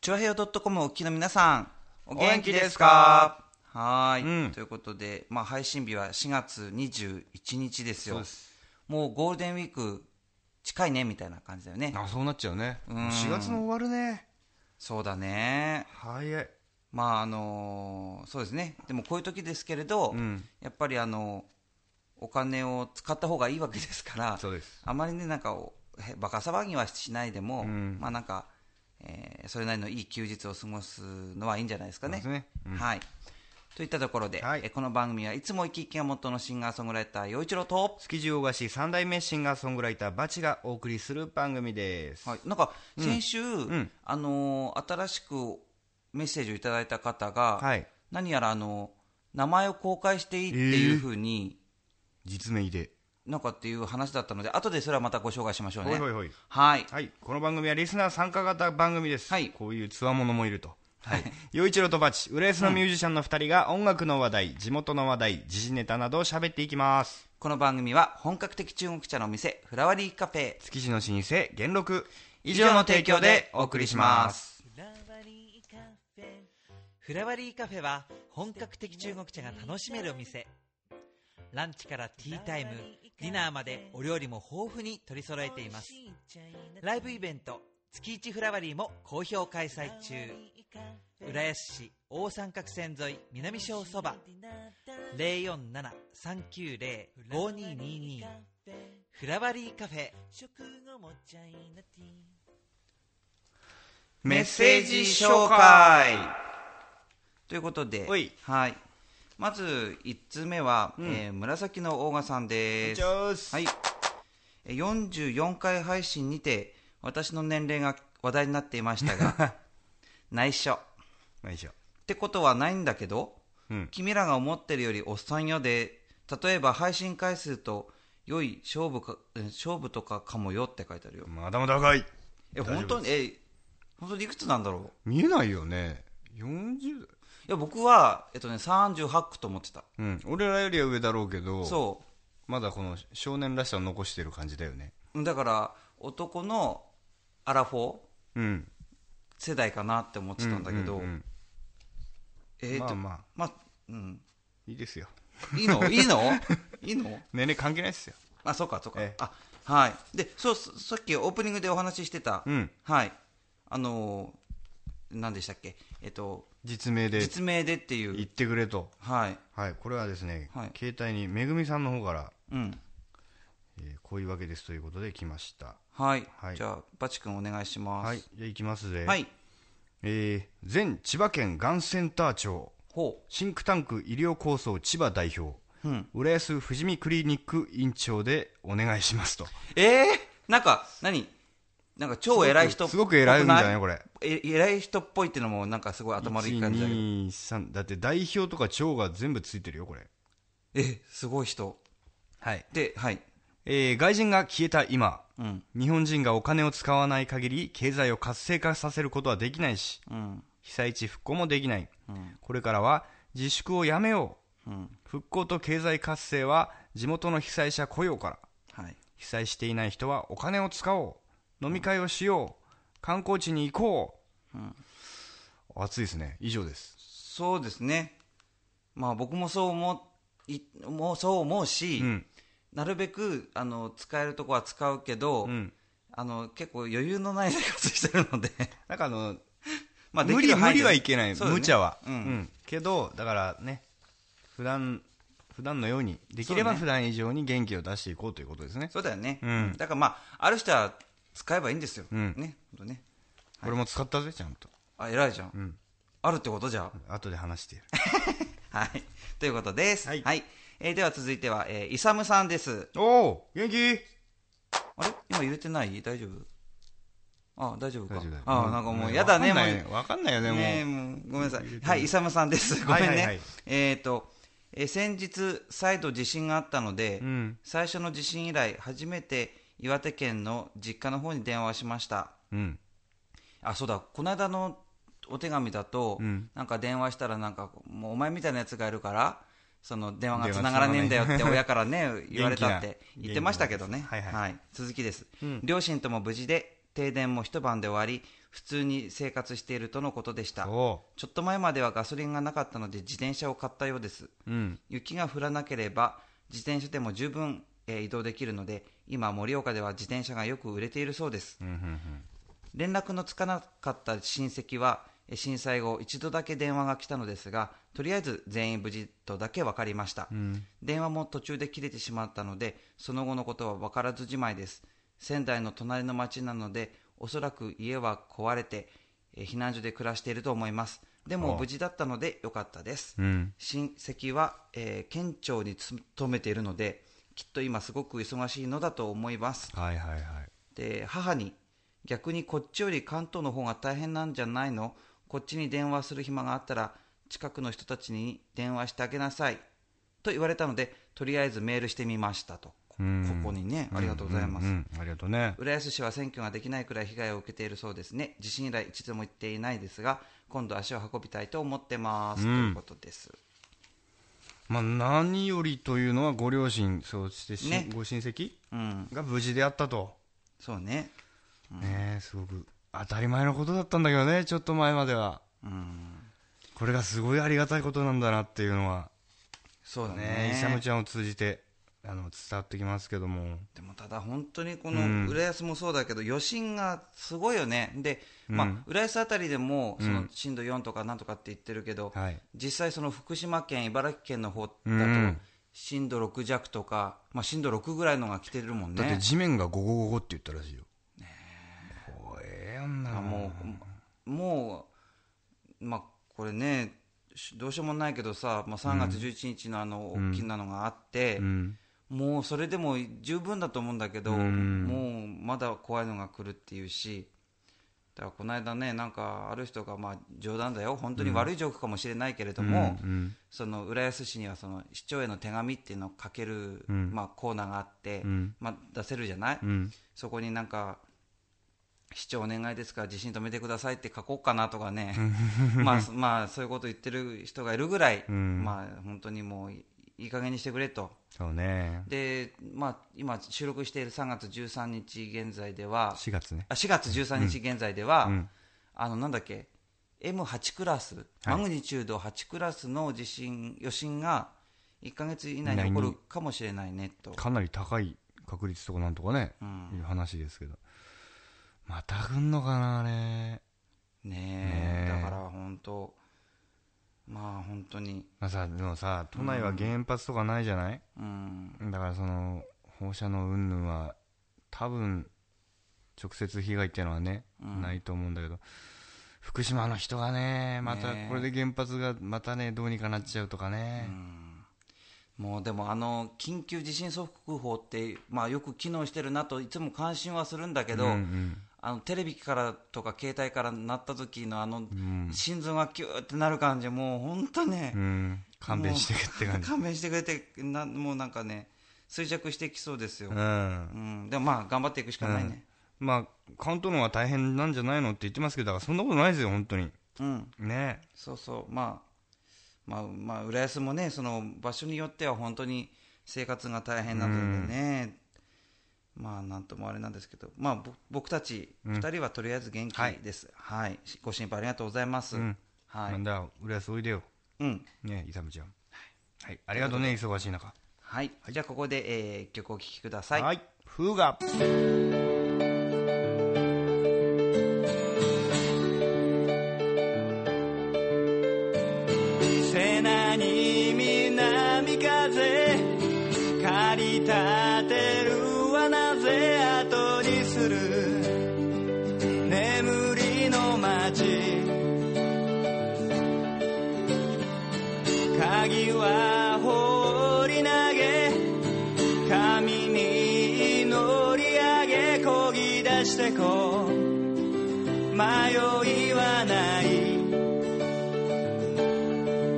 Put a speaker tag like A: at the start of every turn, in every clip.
A: チョアヘヨドットコムお聞きの皆さん、お元気です
B: お元
A: かはーい、
B: うん
A: ということで、まあ、配信日は4月21日ですよ
B: そうです
A: もうゴールデンウィーク近いねみたいな感じだよね。
B: あそうなっちゃうね
A: うん
B: 4月の終わるね
A: そうだね。
B: 早い
A: まああのーそうですね。でもこういう時ですけれど、
B: うん
A: やっぱりあのお金を使った方がいいわけですから、
B: そうです
A: あまりねなんかおへバカ騒ぎはしないでも、
B: うん
A: まあなんか、えーそれなりのいい休日を過ごすのはいいんじゃないですかね。
B: そうですねうん
A: はい。といったところで、
B: はい
A: えこの番組はいつも生き生きが元のシンガーソングライター陽一郎と、
B: 築地大菓子三代目シンガーソングライターバチがお送りする番組です
A: はい、なんか先週、
B: ん
A: あのー新しくメッセージをいただいた方が、
B: はい
A: 何やらあの名前を公開していいっていうふうに、
B: 実名で
A: なんかっていう話だったので後でそれはまたご紹介しましょうね
B: ほいほいほい
A: はい
B: はいこの番組はリスナー参加型番組です
A: はい
B: こういうつわものもいるとはい 陽一郎とバチ浦安のミュージシャンの2人が音楽の話題地元の話題時事ネタなどを喋っていきます
A: この番組は本格的中国茶のお店フラワリーカフェ
B: 築地の老舗元禄以
A: 以
B: 上の提供でお送りします
C: フラワリーカフェフラワリーカフェは本格的中国茶が楽しめるお店ランチからティータイムディナーまでお料理も豊富に取り揃えていますライブイベント月一フラワリーも好評開催中浦安市大三角線沿い南小そば0473905222フラワリーカフェ
A: メッセージ紹介ということで
B: おい
A: はい、まず1通目は、
B: ん
A: えー紫の大賀さんです
B: は
A: はいい、えー44回配信にて私の年齢が話題になっていました が内緒
B: まあ以上
A: ってことはないんだけど、
B: うん
A: 君らが思ってるよりおっさんよで例えば配信回数と良い勝負かえー勝負とかかもよって書いてあるよ
B: まだまだ若い
A: え本当にえ本当にいくつなんだろう
B: 見えないよね40代
A: いや僕は、えっとね、38区と思ってた
B: うん俺らよりは上だろうけど
A: そ
B: まだこの少年らしさを残してる感じだよね
A: うだから男のアラフォー
B: うん
A: 世代かなって思ってたんだけど、
B: うううん
A: えーっ
B: ま
A: と
B: あ
A: ま
B: まあ
A: あうん
B: いいですよ
A: いいのいいのいいの
B: 年齢関係ないですよ
A: あそうかそうか、
B: ええ
A: あはいでそうそさっきオープニングでお話ししてた、
B: うん
A: はいあのー、何でしたっけえっと
B: 実名で
A: 実名でってい
B: 言っ
A: う
B: てくれと
A: はい
B: はいこれはですね、
A: はい
B: 携帯にめぐみさんの方から、
A: うん
B: えーこういうわけですということで来ました
A: はい、
B: はい
A: じゃあバチ君お願いします
B: はいじゃあいきますぜ
A: はい
B: えー前千葉県がんセンター長
A: ほ
B: シンクタンク医療構想千葉代表
A: ううん
B: 浦安富士見クリニック院長でお願いしますと
A: ええなんか何なんか超偉い人
B: すごく偉いんじゃない
A: こ
B: これ
A: れ偉い人っぽいってのもなんかすごい頭のいい感じだけど
B: 123だって代表とか長が全部ついてるよこれ
A: えすごい人
B: はい、
A: ではい
B: えー外人が消えた今
A: うん
B: 日本人がお金を使わない限り経済を活性化させることはできないし
A: うん
B: 被災地復興もできない
A: うん
B: これからは自粛をやめよう
A: うん
B: 復興と経済活性は地元の被災者雇用から
A: はい
B: 被災していない人はお金を使おう飲み会をしよう観光地に行こう、
A: うん
B: 暑いですね以上です
A: そうですね、まあ、僕もそう思ういもうそう思うし、
B: うん
A: なるべくあの使えるとこは使うけど、
B: うん
A: あの結構余裕のない生活してるので
B: なんかあの、
A: まあで
B: 無
A: き
B: 理
A: る
B: 無
A: 範囲
B: 理
A: で
B: はいけない、
A: そうだね
B: 無茶は、
A: うん
B: けどだからね普段普段のようにでき
A: そ
B: れ
A: う
B: ば
A: ね
B: 普段以上に元気を出していこうということですね
A: そうだよね、
B: うん
A: だからまあある人は使えばいいんですよ、
B: うん
A: ねほんとね
B: 俺も使ったぜちゃんと
A: あ偉いじゃん、
B: ん
A: あるってことじゃん
B: 後で話してやる
A: はいということです、
B: はい
A: えーでは続いては、えー、イサムさんです
B: おお元気
A: あれ今揺れてない大丈夫あ大丈夫か
B: 大丈夫だよ
A: あ
B: う
A: なんかもうやだね
B: わ
A: も
B: かんな
A: う
B: いわかんないよねもう
A: ねえもうごめんなさい、はい、イサムさんです、ごめんね、
B: はいはいはい
A: えっ、と、えー先日、再度地震があったので、
B: うん
A: 最初の地震以来、初めて岩手県の実家の方に電話しました。
B: うん
A: あ、そうだ、この間のお手紙だと、
B: うん
A: なんか電話したら、なんか、もうお前みたいなやつがいるから、その電話がつながらねえんだよって親 からね、言われたって
B: 元気な
A: 言ってましたけどね、
B: 元気なはいはい
A: 続きです、
B: うん
A: 両親とも無事で、停電も一晩で終わり普通に生活しているとのことでした
B: そ
A: ちょっと前まではガソリンがなかったので自転車を買ったようです
B: う。うん。
A: 雪が降らなければ自転車でも十分、えー移動できるので今盛岡では自転車がよく売れているそうです
B: うんうんうん。
A: 連絡のつかなかった親戚はえー震災後一度だけ電話が来たのですがとりあえず全員無事とだけ分かりました、電話も途中で切れてしまったのでその後のことは分からずじまいです仙台の隣の町なのでおそらく家は壊れてえー避難所で暮らしていると思いますで
B: あ
A: も
B: あ
A: 無事だったのでよかったです、
B: うん。
A: 親戚は、えー県庁に勤めているのできっと今すごく忙しいのだと思います
B: はいはいはい。
A: で母に逆にこっちより関東の方が大変なんじゃないのこっちに電話する暇があったら近くの人たちに電話してあげなさいと言われたのでとりあえずメールしてみましたとここ
B: うん
A: こにねありがとうございます、
B: うんうんうんありがとうね。
A: 浦安市は選挙ができないくらい被害を受けているそうですね地震以来一度も行っていないですが今度足を運びたいと思ってます、
B: うん
A: ということです
B: まあ、何よりというのはご両親、そしてし、
A: ね
B: ご親戚
A: うん
B: が無事であったと。
A: そうね
B: ねえすごく当たり前のことだったんだけどね、ちょっと前までは。
A: うん
B: これがすごいありがたいことなんだなっていうのは、
A: そうだね
B: ねえ、イシャムちゃんを通じて、あの、伝わってきますけども。
A: でもただ本当にこ
B: うん
A: の浦安もそうだけど余震がすごいよねで、まあ
B: うん
A: 浦安あたりでも
B: うん
A: その震度4とかなんとかって言ってるけど、
B: はい。
A: 実際その福島県茨城県の方だと
B: うん
A: 震度6弱とか、まあ、震度6ぐらいのが来てるもん
B: だって
A: ね
B: 地面がゴゴゴゴって言ったらしいよ。怖えやんな
A: あもうもう、まあ、これねしどうしようもないけどさ、まあ、3月11日のあの
B: うん
A: 大きなのがあって、
B: うん。
A: もうそれでも十分だと思うんだけど、
B: うん
A: もうまだ怖いのが来るっていうし、だからこの間ね、なんかある人が、まあ、冗談だよ、本当に悪いジョークかもしれないけれども、
B: うん
A: その浦安市にはその市長への手紙っていうのを書ける、
B: うん
A: まあ、コーナーがあって、
B: うん
A: まあ、出せるじゃない、
B: うん。
A: そこになんか、市長お願いですから地震止めてくださいって書こうかなとか ね、まあそまあ、そういうこと言ってる人がいるぐらい、
B: うん
A: まあ、本当にもういいい加減にしてくれと。
B: そうね。
A: で、まあ、今、収録している3月13日現在では、
B: 4月ね。
A: あ4月13日現在では、
B: うん
A: あのなんだっけ、M8 クラス、マグニチュード8クラスの地震、余震が1か月以内に起こるかもしれないねと、
B: かなり高い確率とかなんとかね、
A: うん
B: いう話ですけど。また来んのかな、あれ。
A: ねえ
B: ねえ
A: だから本当、まあ本当に、
B: まあさ、でもさ、都内は原発とかないじゃない、
A: うん、
B: だからその、放射能云々は、多分、直接被害っていうのはね、
A: うん
B: ないと思うんだけど、福島の人がね、また
A: ねえ
B: これで原発がまたね、どうにかなっちゃうとかね。
A: もうでもあの緊急地震速報って、まあ、よく機能してるなといつも関心はするんだけど、
B: うんうん
A: あのテレビからとか携帯から鳴った時のあの心臓がキューってなる感じもう本当ね、
B: うん、勘弁してくって感じ。
A: 勘弁してくれてなもうなんかね衰弱してきそうですよ、
B: う
A: うん
B: ん。
A: でもまあ頑張っていくしかないね
B: まあ、関東の方が大変なんじゃないのって言ってますけど、だからそんなことないですよ、本当に。
A: うん、
B: ね
A: そうそうまあまあまあ浦安もねその場所によっては本当に生活が大変なのでね、まあなんともあれなんですけど、まあ、ぼ僕たち
B: うん
A: 2人はとりあえず元気です、はいしご心配ありがとうございます、
B: うん
A: はい、
B: なんだ、浦安おいでよ。
A: うん
B: ねイサムちゃん。はい。ありがとうね、忙しい中。
A: はい、じゃあここで、えー曲をお聴きください、
B: はい。フーガ。
D: 背中に南風駆り立てるはなぜ後にする眠りの街鍵は放り投げ神に祈り上げ漕ぎ出してこう迷いはない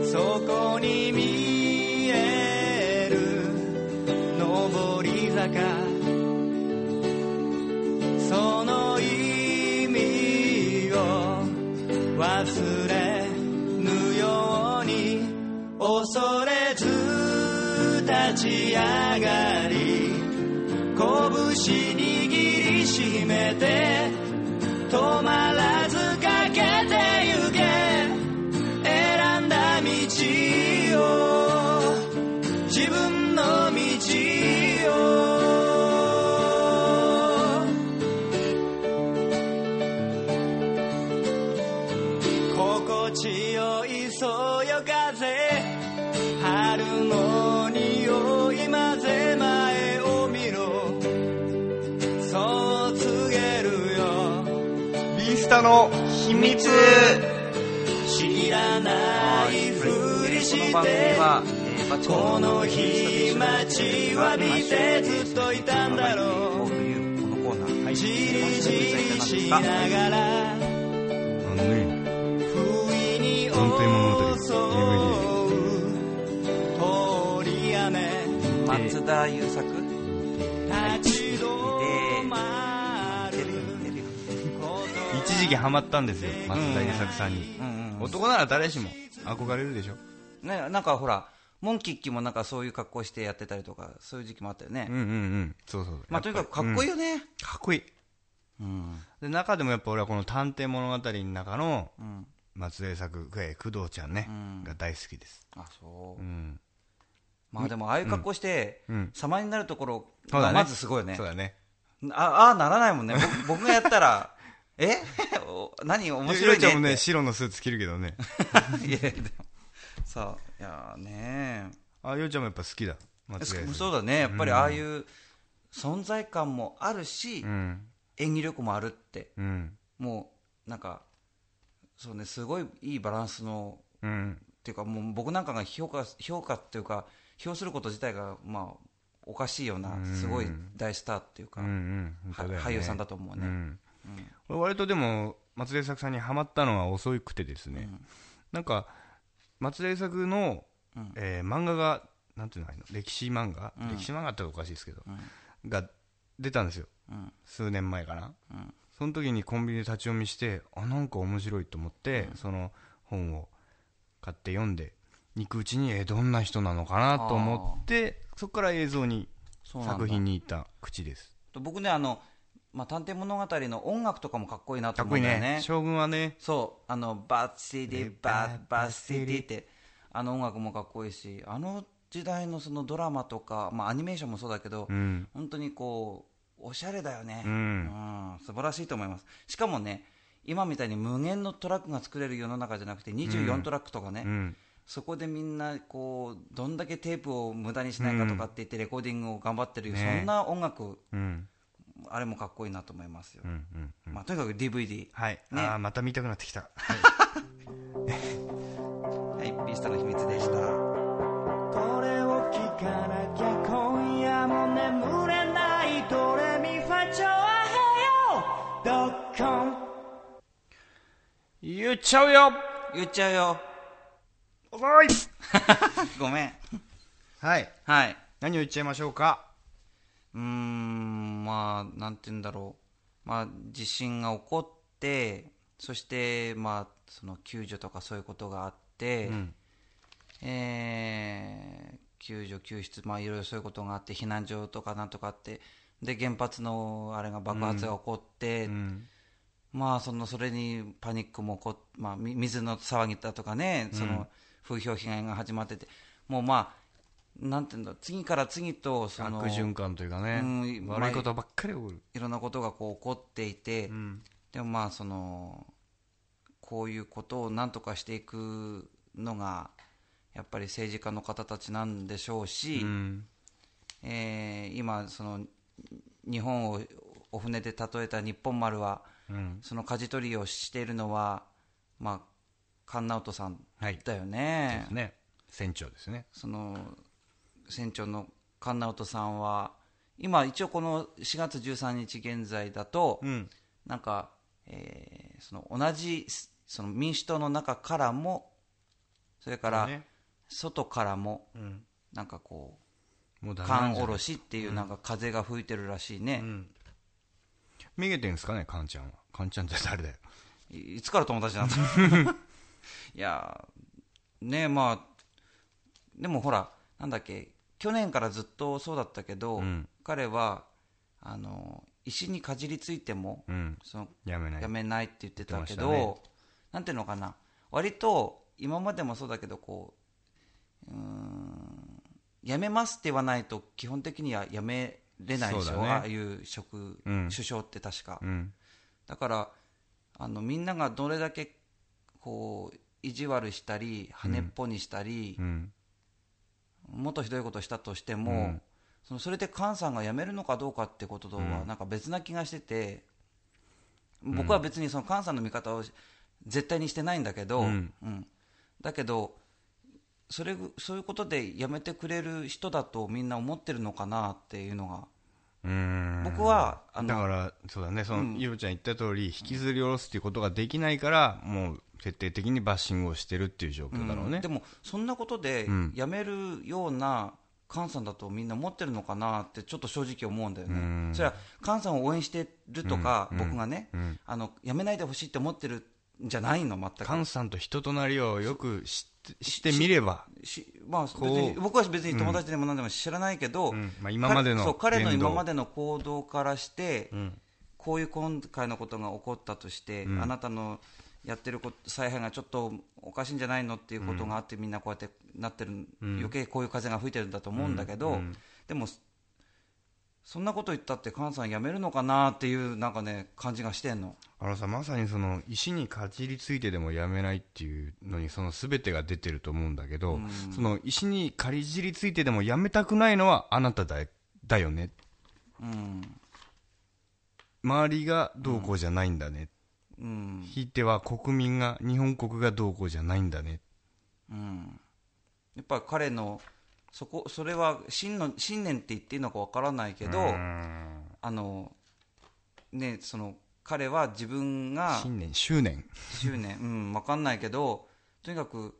D: そこに見える上り坂その意味を忘れぬように恐れず立ち上がり拳握りしめて街を急よ風春の匂い混ぜ前を見ろそう告げるよ
B: ビースタの秘密
D: 知らないふり
A: こ
D: し
A: の番組
D: て
A: は、えーバチコ
D: こ
A: ン
D: の
A: の
D: 日待ちわびてずっといたんだろう
A: というこのコーナー、はい、
D: じりじりしながら
B: あのね
D: 不意に襲
B: 探偵物語
D: う通り雨
A: 松田優作
D: 立ち止ま
A: テレ
D: る
A: ビテレビ
D: こと
B: 一時期ハマったんですよ松田優作さんに
A: うんうんうん
B: 男なら誰しも憧れるでしょ
A: ねなんかほらモンキッキもなんかそういう格好してやってたりとかそういう時期もあったよね、
B: うんうんうんそうそう
A: まあとにかくかっこいい
B: よ
A: よね
B: かっこいい
A: うん
B: で中でもやっぱ俺はこの探偵物語の中の
A: うん
B: 松江作、えー工藤ちゃんね、
A: うん
B: が大好きです、
A: あそう、
B: うん
A: まあでもああいう格好して、
B: うん
A: 様になるところ
B: そうだ
A: が
B: ね
A: まずすごいよね
B: そうだね
A: ああならないもんねぼ 僕がやったらえお何面白い
B: ち
A: ね
B: ゃ
A: って
B: んもね白のスーツ着るけどね
A: いやいやでもそういやーね
B: あようちゃんもやっぱ好きだ松江作
A: そうだねやっぱりああいう存在感もあるし、
B: うん
A: 演技力もあるって
B: うん
A: もうなんかそうねすごいいいバランスの
B: うん
A: っていうかもう僕なんかが評価評価っていうか評すること自体がまあおかしいような
B: うん
A: すごい大スターっていう
B: う
A: か、
B: んうん本当だよね
A: は俳優さんだと思うね
B: ん俺割とでも松江作さんにハマったのは遅くてですね、なんか松江作の、
A: うん
B: えー漫画がなんていうのあれの歴史漫画、
A: うん
B: 歴史漫画っておかしいですけど、
A: う
B: が出たんですよ
A: うん
B: 数年前かな、
A: うん
B: その時にコンビニで立ち読みしてあなんか面白いと思って、その本を買って読んでいくうちにえーどんな人なのかなと思ってそこから映像に
A: そうなんだ
B: 作品に行った口です
A: 僕ねあの、まあ、探偵物語の音楽とかもかっこいいなと
B: かっ
A: 思
B: こ
A: う
B: い
A: ん
B: い
A: だよ
B: ね
A: ね
B: 将軍はね
A: そうあのバッシリバッバッシリってあの音楽もかっこいいしあの時代のそのドラマとか、まあ、アニメーションもそうだけど、
B: うん
A: 本当にこうおしゃれだよね、
B: うん
A: うん素晴らしいと思いますしかもね今みたいに無限のトラックが作れる世の中じゃなくて24トラックとかね、
B: うん
A: そこでみんなこうどんだけテープを無駄にしないかとかって言ってレコーディングを頑張ってる、
B: ね
A: そんな音楽
B: うん
A: あれもかっこいいなと思いますよ、
B: うんうんうん
A: まあ、とにかく DVD
B: はい、
A: ね
B: ああまた見たくなってきた
A: はい、ビースタの秘密でした。
D: これを聞かなきゃ今夜も眠れないドレミファチョアヘヨドッコン
B: 言っちゃうよ
A: 言っちゃうよ。
B: おい
A: ごめん。
B: はい
A: はい。
B: 何を言っちゃいましょうか
A: うーん、まあ、なんて言うんだろう。まあ、地震が起こって、そして、まあ、その救助とかそういうことがあって、
B: ん
A: えー救助、救出、まあ、いろいろそういうことがあって、避難所とかなんとかあって、で、原発のあれが爆発が起こって、
B: うん
A: まあそのそれにパニックもこ、まあ、み水の騒ぎだとかね、その風評被害が始まってて、もうまあ、なんていうんだ、次から次とその
B: 悪循環というかね、
A: うん
B: 悪いことばっかり起こる
A: いろんなことがこう起こっていて、
B: ん
A: でもまあその、こういうことをなんとかしていくのが、やっぱり政治家の方たちなんでしょうし、
B: うん
A: えー今、その日本をお船で例えた日本丸は、
B: うん
A: その舵取りをしているのは、まあ、菅直人さん
B: はい
A: だよ
B: そう
A: ね、
B: ですね船長ですね
A: その船長の菅直人さんは、今、一応この4月13日現在だと、
B: ん
A: なんか、えーその同じその民主党の中からも、それから
B: ね
A: 外からも、
B: うん
A: なんかこう、
B: もうダメなん
A: 菅
B: じ
A: お
B: ゃない
A: ろしっていうなんか風が吹いてるらしいね、
B: うんめげてんですかねカンちゃんはカンちゃんって誰だよ
A: いいつから友達 なんだいやーねえまあでもほらなんだっけ去年からずっとそうだったけど、
B: うん
A: 彼はあの石にかじりついても、
B: うん
A: その
B: やめない
A: やめないって言ってたけ
B: 言
A: ど、
B: ってまし
A: なんていうのかな割と今までもそうだけどこううーんやめますって言わないと基本的にはやめれないでし
B: そ
A: ょ、
B: うだね
A: ああいう職、
B: うん
A: 首相って確か、
B: うん
A: だからあのみんながどれだけこう意地悪したり跳ねっぽにしたり
B: う、ん
A: もっとひどいことしたとしても、
B: うん
A: そのそれで菅さんが辞めるのかどうかってこととは
B: うん
A: なんか別な気がしてて、僕は別にその菅さんの見方を絶対にしてないんだけど、
B: うん
A: うんだけどそれぐそういうことで辞めてくれる人だとみんな思ってるのかなっていうのが
B: うん
A: 僕はあの
B: だからそうだねその、ゆうちゃん言った通り引きずり下ろすっていうことができないからもう徹底的にバッシングをしてるっていう状況だろうね、
A: でもそんなことで
B: ん
A: 辞めるような菅さんだとみんな思ってるのかなってちょっと正直思うんだよね、それは菅さんを応援してるとか、僕がね、あの辞めないでほしいって思ってるんじゃないの、全
B: 菅
A: く。
B: さんと人となりをよく知って知ってみれば
A: しまあ、別
B: う
A: に僕は別に友達でも何でも知らないけど、
B: うんまあ今までの
A: 彼そう彼の
B: 言動
A: 今までの行動からして、こういう今回のことが起こったとして、あなたのやってること再配がちょっとおかしいんじゃないのっていうことがあって、みんなこうやってなってる、余計こういう風が吹いてるんだと思うんだけど、でも、そんなこと言ったって、菅さん、やめるのかなっていうなんかね、感じがしてんの。
B: あのさまさにその石にかじりついてでもやめないっていうのにその全てが出てると思うんだけど、その石にかじりついてでもやめたくないのはあなただだよね
A: うん
B: 周りがどうこうじゃないんだね、
A: うん
B: ひいては国民が日本国がどうこうじゃないんだね
A: うん、やっぱ彼のそこそれは真の信念って言っていいのかわからないけど、あのねその彼は自分が
B: 信念執念
A: 執念、 うん、わかんないけどとにかく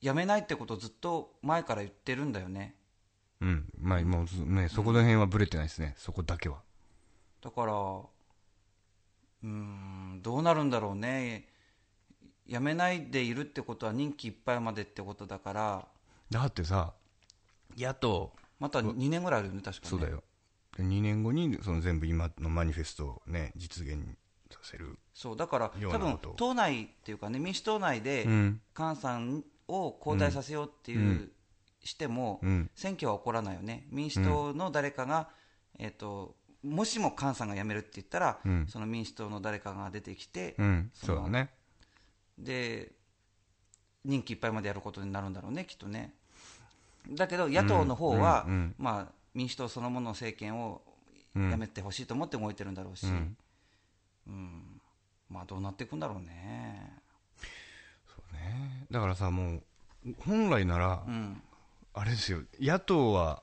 A: やめないってことをずっと前から言ってるんだよね
B: うんまあもうずねそこら辺はブレてないですね、そこだけは
A: だからうんどうなるんだろうねやめないでいるってことは任期いっぱいまでってことだから
B: だってさ野党
A: また2年ぐらいあるよね確かにね
B: そうだよで2年後にその全部今のマニフェストをね実現させる
A: そうだから
B: よう
A: 多
B: な
A: 分
B: ことを
A: 党内っていうかね民主党内で
B: うん
A: 菅さんを交代させようっていう、
B: うん
A: しても、
B: うん
A: 選挙は起こらないよね民主党の誰かが、えっともしも菅さんが辞めるって言ったら、
B: うん
A: その民主党の誰かが出てきて、
B: うん
A: そ
B: そう
A: の
B: だね
A: で任期いっぱいまでやることになるんだろうねきっとねだけど野党の方は、
B: うんうん
A: まあ、民主党そのものの政権を辞
B: うん
A: めてほしいと思って動いてるんだろうし、
B: ん
A: うんまあどうなっていくんだろうね
B: ねだからさもう本来なら、
A: うん
B: あれですよ野党は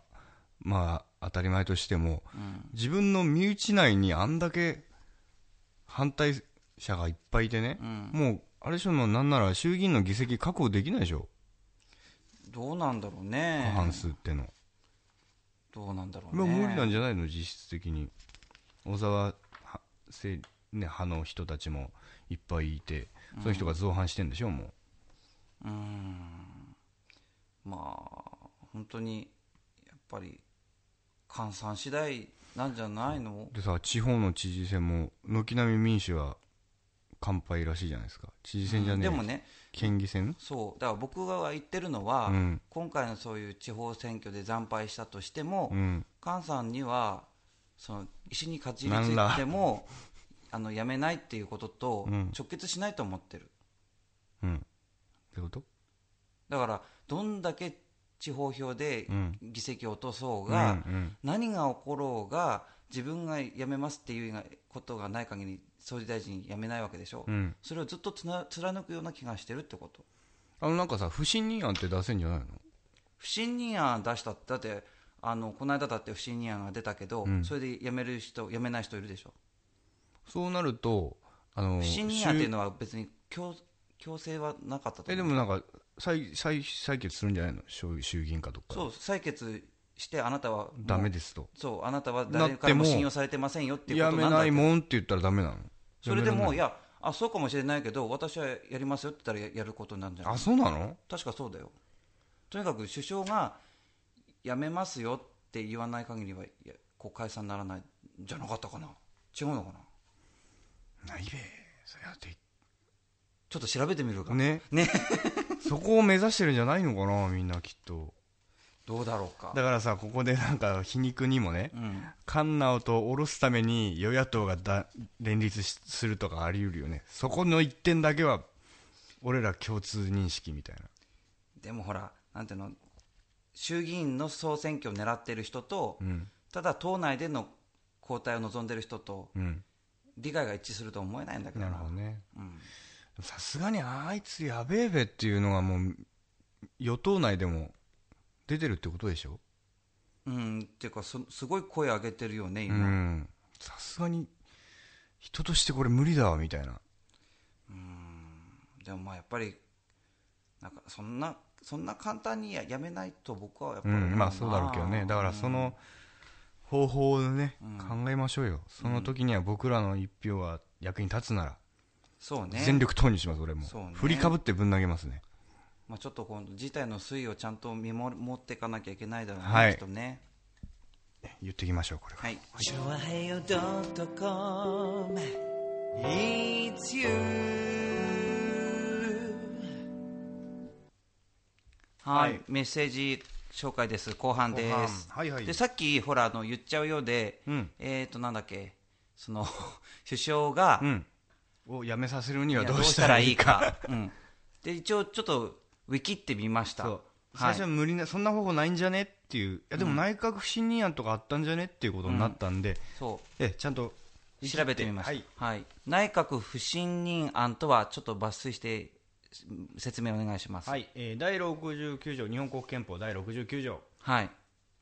B: まあ当たり前としても
A: うん
B: 自分の身内内にあんだけ反対者がいっぱいいてね、
A: うん
B: もうあれでしょもうなんなら衆議院の議席確保できないでしょ
A: どうなんだろうね
B: 過半数っての、
A: どうなんだろう
B: ま
A: ね
B: あ無理なんじゃないの実質的に小沢はせ、ね、派の人たちもいっぱいいてその人が造反してんでしょもう
A: うーんまあ本当にやっぱり換算次第なんじゃないの
B: でさ地方の知事選も軒並み民主は乾杯らしいじゃないですか知事選じゃね
A: で
B: え、
A: もね
B: 県議選
A: そうだから僕が言ってるのは、
B: うん
A: 今回のそういう地方選挙で惨敗したとしても、
B: うん
A: 菅さんにはその石にかじりついても あのやめないっていうことと
B: うん
A: 直結しないと思ってる、
B: うんってこと
A: だからどんだけ地方票で
B: うん
A: 議席を落とそうが、
B: うんうん
A: 何が起ころうが自分が辞めますっていうことがない限り総理大臣辞めないわけでしょ、
B: うん
A: それをずっとつな貫くような気がしてるってこと
B: あのなんかさ不信任案って出せんじゃないの
A: 不信任案出したってだってあのこの間だって不信任案が出たけど、それで辞める人辞めない人いるでしょ
B: そうなるとあの
A: 不信任案っていう
B: 衆
A: のは別に強強制はなかったと思
B: えで
A: う
B: もなんか再再採決するんじゃないの衆衆議院かどっかで
A: そう採決してあなたはもう
B: ダメですと
A: そうあなたは誰からも
B: なっても
A: 信用されてませんよっていう
B: や
A: こと
B: め
A: なんだ
B: な
A: け
B: い
A: ど
B: もんって言ったらダメなの
A: それで
B: やめら
A: もい
B: ない
A: やあそうかもしれないけど私はやりますよって言ったらややることになるんじゃない
B: あそうなの
A: 確かそうだよとにかく首相が辞めますよって言わない限りはいやこう解散にならないんじゃなかったかな違うのかな
B: ないべそりゃで
A: ちょっと調べてみるか、
B: ね
A: ね
B: そこを目指してるんじゃないのかなみんなきっと
A: どうだろうか
B: だからさここでなんか皮肉にもね、
A: うん、
B: カンナオと下ろすために与野党がだ連立しするとかあり得るよねそこの一点だけは俺ら共通認識みたいな
A: でもほらなんていうの衆議院の総選挙を狙ってる人と、
B: うん
A: ただ党内での交代を望んでる人と
B: うん
A: 理解が一致するとは思えないんだけど
B: な
A: な
B: るほどね
A: うん
B: さすがにあいつやべえべっていうのがもう与党内でも出てるってことでしょ
A: うん、っていうかそすごい声上げてるよね
B: う
A: 今、
B: んさすがに人としてこれ無理だわみたいな
A: でもまあやっぱりなんかそんなそんな簡単にややめないと僕はやっぱ
B: う
A: り、
B: んまあそうだろうけどねだからその方法をね、考えましょうよその時には僕らの一票が役に立つなら、
A: そうね
B: 全力投入します俺も、
A: そうね
B: 振りかぶってぶん投げますね
A: まあ、ちょっとこの事態の推移をちゃんと見守っていかなきゃいけないだろうね、
B: はい
A: きっとね
B: 言ってきましょうこれは
A: はい
C: チョアヘヨドットコム It's you
A: はい、
B: はい
A: メッセージ紹介です後半です
B: 後半はいはい
A: でさっきほらあの言っちゃうようで、
B: うん
A: えっ、となんだっけその 首相が、
B: うんをやめさせるにはい
A: や
B: どうしたらいいか
A: どうしたらいいかうん、で一応ちょっとウィキってみました
B: そう
A: は
B: 最
A: い
B: 初は無理な、そんな方法ないんじゃねっていういやでも内閣不信任案とかあったんじゃねっていうことになったんで、
A: そう
B: えちゃんと
A: 調べてみました、
B: は
A: はいい内閣不信任案とはちょっと抜粋してうん説明お願いします、
B: はいい、えー第69条日本国憲法第69条
A: はい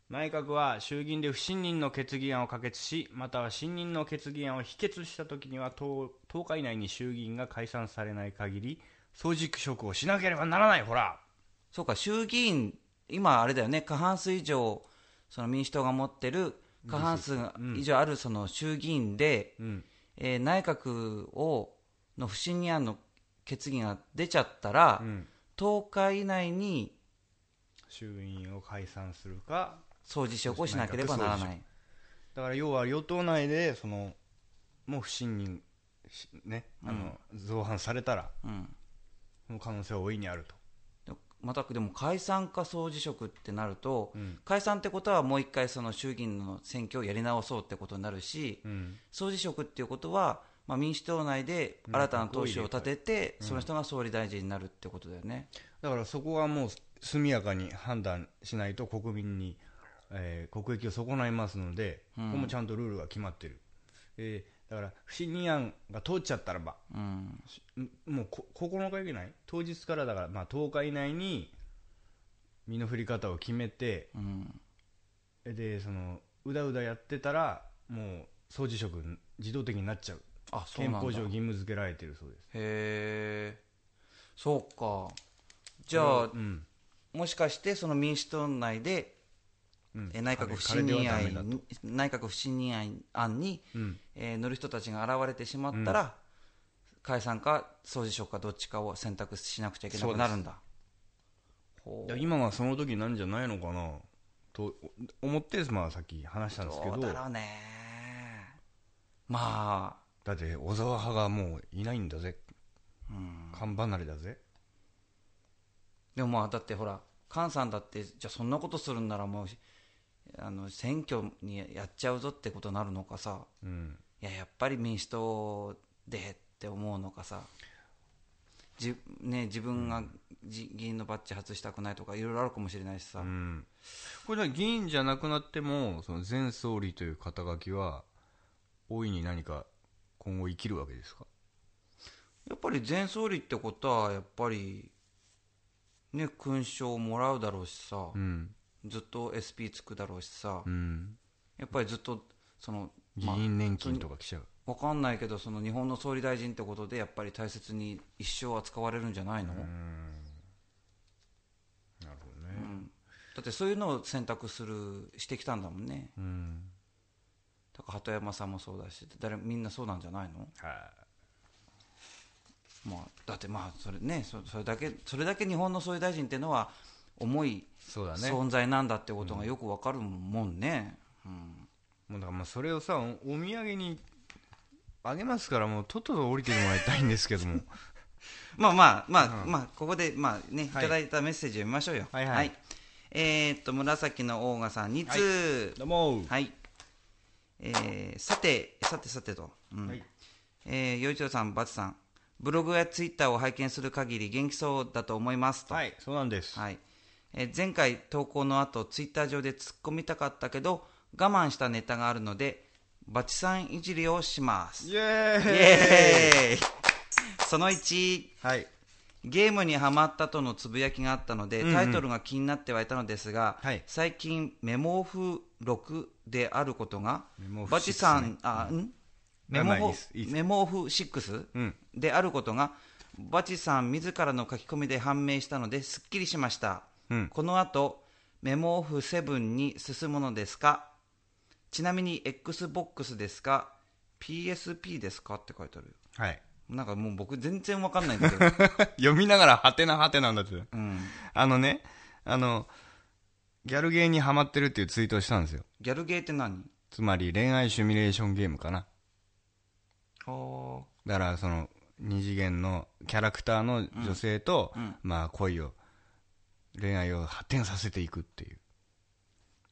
B: 内閣は衆議院で不信任の決議案を可決しまたは信任の決議案を否決したときには 10, 10日以内に衆議院が解散されない限り総辞職をしなければならないほら
A: そうか衆議院今あれだよね過半数以上その民主党が持ってる過半数以上あるその衆議院で、
B: ん
A: えー内閣をの不信任案の決議が出ちゃったら、
B: ん
A: 10日以内に
B: 衆院を解散するか
A: 総辞職をしなければなら
B: 内閣
A: な
B: 総
A: い
B: だから要は与党内でそのもう不信任しねあの、造反されたら
A: うん
B: その可能性は大いにあると
A: でまたでも解散か総辞職ってなると、解散ってことはもう一回その衆議院の選挙をやり直そうってことになるし、
B: ん
A: 総辞職っていうことは、まあ、民主党内で新たな党首を立てて、その人が総理大臣になるってことだよね、
B: だからそこはもう速やかに判断しないと国民に、えー国益を損ないますので、ここもちゃんとルールが決まってる、えーだから不信任案が通っちゃったらば、
A: うん、
B: んもうこ9日以内当日からだから、まあ、10日以内に身の振り方を決めて
A: うん、
B: でそのうだうだやってたらもう総辞職に自動的になっちゃう
A: あそう
B: 憲
A: なんだ
B: 法上
A: へ
B: 義務付けられてるそうです
A: えそうかじゃあ、
B: うん
A: もしかしてその民主党内で、
B: うん
A: えー内閣不信任案に内閣不信任案に、
B: うん
A: えー乗る人たちが現れてしまったら、解散か総辞職かどっちかを選択しなくちゃいけなくなるんだほ
B: いうや今がその時なんじゃないのかなと思って、まあ、さっき話したんですけど
A: どうだろうねまあ
B: だって小沢派がもういないんだぜ勘離れだぜ
A: でもまあだってほら菅さんだってじゃあそんなことするんならもうあの選挙にやっちゃうぞってことになるのかさ
B: うん
A: いややっぱり民主党でって思うのかさじ、ね、自分がじ議員のバッジ外したくないとかいろいろあるかもしれないしさ、
B: うんこれだから議員じゃなくなってもその前総理という肩書きは大いに何か今後生きるわけですか
A: やっぱり前総理ってことはやっぱりね勲章をもらうだろうしさ、
B: うん
A: ずっと SP つくだろうしさ、
B: うん
A: やっぱりずっとその、
B: 議
A: まあ
B: 員年金とか来ちゃう、
A: わかんないけどその日本の総理大臣ってことでやっぱり大切に一生扱われるんじゃないの、
B: なるほどね
A: だってそういうのを選択するしてきたんだもんね
B: うん
A: だから鳩山さんもそうだし誰みんなそうなんじゃないの、
B: はい
A: まあ、だってまあそれねそそれだけそれだけ日本の総理大臣っていうのは重い
B: そうだね
A: 存在なんだってことがよくわかるもんね、うん
B: もうだからまあそれをさおお土産にあげますからもうとっとと降りてもらいたいんですけども
A: まあまあまあ、まあここでまあねい
B: はい
A: ただいたメッセージ読みましょうよ
B: はいはい
A: えーっと紫のオーガさん2通
B: どうも
A: はい、えーさてさてさてと、うん
B: はい
A: えー、洋一郎さんバツさんブログやツイッターを拝見する限り元気そうだと思いますと、
B: はい、そうなんです。
A: はいえー前回投稿の後ツイッター上で突っ込みたかったけど我慢したネタがあるのでバチさんいじりをしますイ
B: イエーイ
A: エーイその1
B: はい。
A: ゲームにハマったとのつぶやきがあったので、
B: うんうん
A: タイトルが気になってはいたのですが、
B: はい
A: 最近メモ風録であることが
B: メモオフ
A: バチさ
B: シッ
A: んあ、ん、メ
B: まあ
A: モ
B: まあいい
A: フ
B: ですいいです
A: メモオフ6
B: うん
A: であることがバチさん自らの書き込みで判明したのですっきりしました、
B: うん
A: この後メモオフ7に進むのですかちなみに XBOX ですか PSP ですかって書いてあるよ
B: はい。
A: なんかもう僕全然わかんないんだけど、
B: 読みながら、はてなはてなんだって。
A: うん
B: あのね、あの、ギャルゲーにハマってるっていうツイートをしたんですよ。
A: ギャルゲーって何
B: つまり恋愛シミュレーションゲームかな。
A: は
B: だからその、二次元のキャラクターの女性と、
A: うん
B: まあ恋を、恋愛を発展させていくっていう。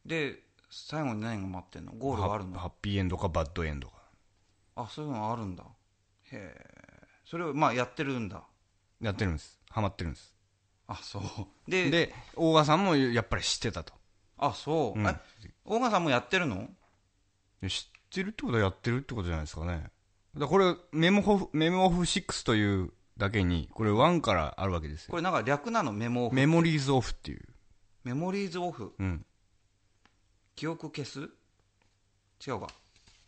A: で最後に何が待ってんのゴールはある
B: ハッハ
A: の
B: ッピーエンドかバッドエンドか。
A: あそういうのあるんだへえそれをまあやってるんだ
B: やってるんです。ハマってるんです。
A: あそうで
B: で、大賀さんもやっぱり知ってたと。
A: あそう、
B: うん
A: え大川さんもやってるの
B: で知ってるってことはやってるってことじゃないですかね。だからこれ、メモホフ、メモオフ6というだけに、これ1からあるわけです
A: こ
B: よ。
A: れなんか略なのメモオフメ
B: メモリーズオフっていう。
A: モリーズオフ
B: うん。
A: 記憶消す違うか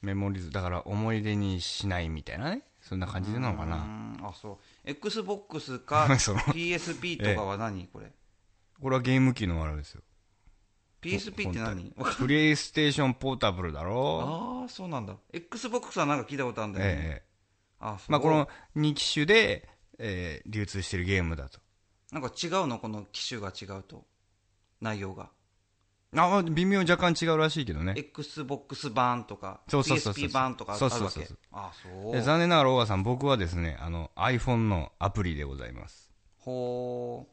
B: メモリーズ、だから思い出にしないみたいなね。そんな感じなのか
A: う
B: な。
A: んあそう XBOX か
B: その
A: PSP とかは何、これ
B: これはゲーム機のあれですよ。
A: PSP って何わかん
B: プレイステーションポータブルだろ
A: ああそうなんだ XBOX はなんか聞いたことあるん
B: う。
A: だよね、
B: ええ。
A: あそう
B: まあこの2機種で、えー流通してるゲームだと。
A: なんか違うのこの機種が違うと内容が
B: あ、まあ微妙に若干違うらしいけどね。
A: XBOX 版とか
B: そうそうそうそう
A: PSP 版とかある
B: そう
A: わけ
B: そうそうそう
A: あ
B: え
A: そう
B: 残念ながら大川さん、僕はですね、あの iPhone のアプリでございます。
A: ほ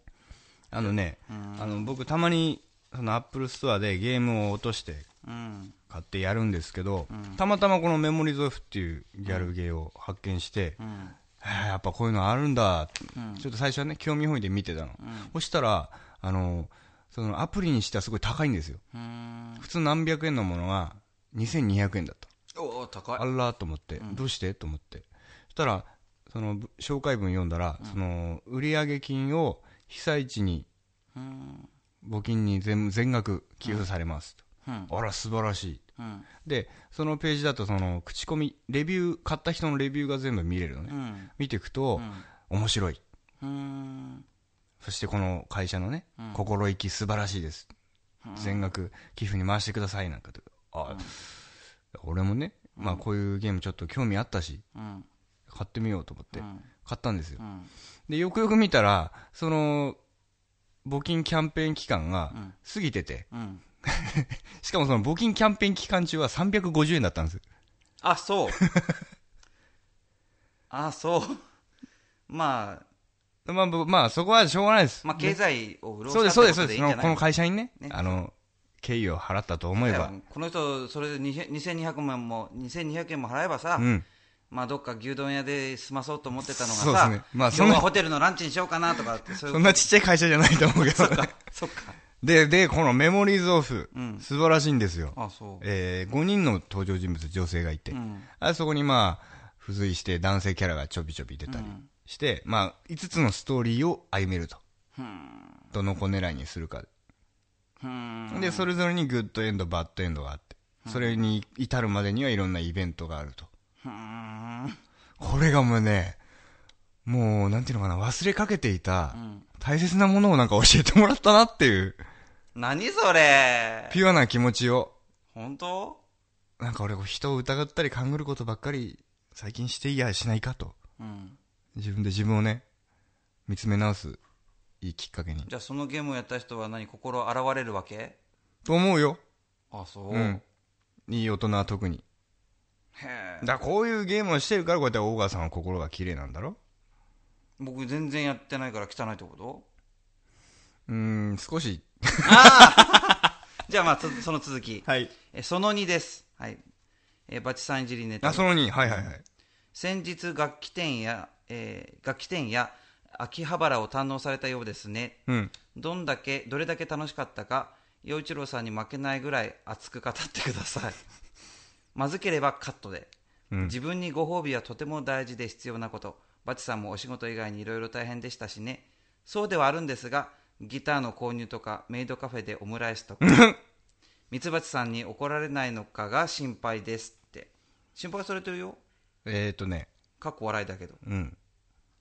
B: あのね、あの僕、たまにその Apple ストアでゲームを落として
A: ううん
B: 買ってやるんですけど、たまたまこのメモリーズオフっていうギャルゲーを発見して、
A: うん
B: へえやっぱこういうのあるんだ、
A: うん
B: ちょっと最初はね、興味本位で見てたの。そしたら、あの、そのアプリにしてはすごい高いんですよ。
A: うーん
B: 普通何百円のものは2200円だった。
A: おお高い
B: あらーと思って、どうしてと思って。そしたら、その、ぶ紹介文読んだら、その、売上金を被災地に、
A: うん
B: 募金に全全額寄付されますと。
A: うん
B: あら、素晴らしい。
A: うん
B: で、そのページだと、その、口コミ、レビュー、買った人のレビューが全部見れるの
A: う
B: ね。
A: ん
B: 見ていくと、面白い。
A: うん
B: そしてこの会社のね、心意気素晴らしいです。全額寄付に回してくださいなんかと。あ、俺もね、まあこういうゲームちょっと興味あったし、
A: うん
B: 買ってみようと思って、買ったんですよ
A: う。ん
B: で、よくよく見たら、その、募金キャンペーン期間が
A: ん
B: 過ぎてて、
A: うん
B: しかもその募金キャンペーン期間中は350円だったんですよ。
A: あそう あそうまあ
B: まあ、ぶまあ、そこはしょうがないです。
A: まあ経済を潤
B: そうで
A: し
B: す、そ
A: た
B: う
A: っ
B: で
A: てことですいいん
B: す、そうで。そ
A: じ
B: の
A: ゃない
B: この会社にね、
A: ね
B: あの、敬意を払ったと思え
A: い
B: ば
A: や、この人それで200 2200万も2200円も払えばさ、
B: うん。
A: まあ、どっか牛丼屋で済まそうと思ってたのが
B: そうです
A: さ、
B: ねまあそん
A: 今
B: な
A: 日はホテルのランチにしようかなとかってそういう
B: そんなちっちゃい会社じゃないと思うけど。
A: そっか
B: で、で、このメモリーズオフ、
A: うん
B: 素晴らしいんですよ。
A: あそう
B: えー、5人の登場人物、女性がいて、
A: ん
B: あそこにまあ、付随して男性キャラがちょびちょび出たりして、まあ、5つのストーリーを歩めると。
A: ふーん
B: どの子狙いにするか。
A: ふーん
B: で、それぞれにグッドエンド、バッドエンドがあって、それに至るまでにはいろんなイベントがあると。
A: ふーん
B: これがもうね、もう、なんていうのかな、忘れかけていた、大切なものをなんか教えてもらったなっていう、
A: 何それ
B: ピュアな気持ちを。
A: 本当
B: なんか俺、人を疑ったり勘ぐることばっかり、最近していやしないかと。
A: うん
B: 自分で自分をね、見つめ直す、いいきっかけに。
A: じゃあそのゲームをやった人は何心洗われるわけ
B: と思うよ。
A: あそう、
B: うん。いい大人は特に。
A: へえ
B: だからこういうゲームをしてるから、こうやって大川さんは心が綺麗なんだろ
A: 僕全然やってないから汚いってこと
B: うーん、少し。
A: じゃあまあつその続き、
B: はい。
A: えその2ですはいえバチさんいじりネタ
B: あ、その2、はいはいはい。
A: 先日楽器店や、えー楽器店や秋葉原を堪能されたようですね
B: うん。
A: どんだけどれだけ楽しかったか陽一郎さんに負けないぐらい熱く語ってください まずければカットで、
B: うん
A: 自分にご褒美はとても大事で必要なことバチさんもお仕事以外にいろいろ大変でしたしねそうではあるんですがギターの購入とかメイドカフェでオムライス とかミツバチさんに怒られないのかが心配ですって心配されてるよ
B: えっ、ー、とね、
A: かっこ笑いだけど
B: うん。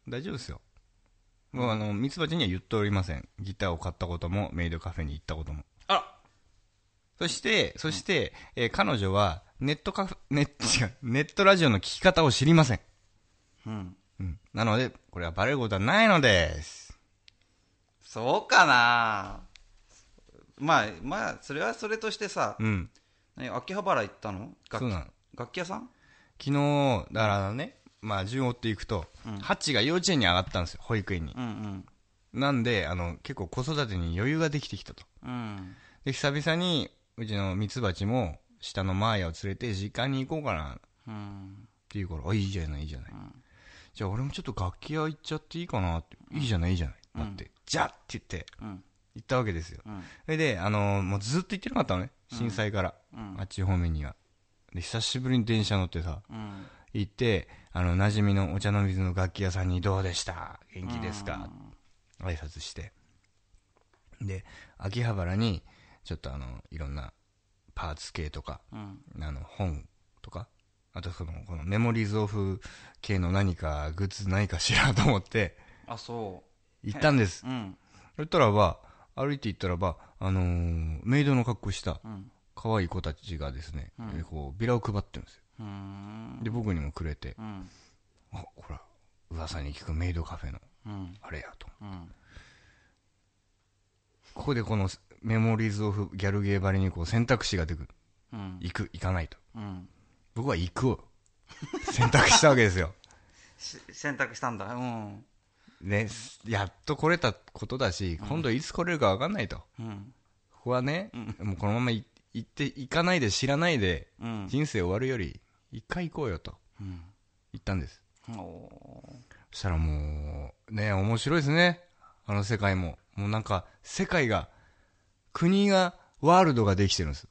B: 大丈夫ですよ。もうあの、ミツバチには言っておりません。ギターを買ったことも、メイドカフェに行ったことも。
A: あら
B: そして、そして、えー彼女は、ネットカフェ、ネッ、違 う、ネットラジオの聞き方を知りません。
A: うん
B: うん。なので、これはバレることはないのです。
A: そうかなまあまあそれはそれとしてさ、
B: うん。
A: 何秋葉原行ったの楽
B: そう
A: 器
B: なの
A: 楽器屋さん
B: 昨日、だからね、まあ、順を追っていくと、ハッチが幼稚園に上がったんですよ、保育園に
A: う。ん
B: なんで、あの、結構子育てに余裕ができてきたと。
A: うんうん
B: で、久々に、うちのミツバチも、下のマーヤを連れて、実家に行こうかな、
A: うん
B: っていうから、あ、いいじゃない、いいじゃない。じゃあ、俺もちょっと楽器屋行っちゃっていいかなって、いいじゃない、いいじゃない。だって、じゃあって言って、
A: うん
B: 行ったわけですよ。
A: うん
B: それで、あのーもうずっと行ってなかったのね、震災から、あっち方面には。で、久しぶりに電車乗ってさ、
A: うん
B: 行って、あの、馴染みのお茶の水の楽器屋さんにどうでした元気ですか挨拶して。で、秋葉原に、ちょっとあの、いろんなパーツ系とか、
A: うん
B: あの、本とか、あとその、このメモリーズオフ系の何かグッズないかしらと思って、
A: あそ
B: 行ったんです
A: う。うん
B: そしたらば、歩いて行ったらば、あのーメイドの格好した
A: ん、
B: 可愛い子たちがですね、えーこう、ビラを配ってるんですよ。
A: うーん
B: で、僕にもくれて、
A: うん
B: あ、こら、噂に聞くメイドカフェの、
A: うん
B: あれやと。
A: うん
B: ここでこのメモリーズオフギャルゲーばりにこう選択肢が出てくる。
A: うん
B: 行く、行かないと。
A: うん
B: 僕は行くを選択したわけですよ。
A: し選択したんだうん
B: ね、すやっと来れたことだし、今度いつ来れるか分かんないと。
A: うん
B: ここはね、もうこのままい行って、行かないで知らないで、
A: うん
B: 人生終わるより、一回行こうよと
A: うん
B: 言ったんです。
A: おー
B: そしたらもう、ね、面白いですね。あの世界も。もうなんか、世界が、国が、ワールドができてるんです。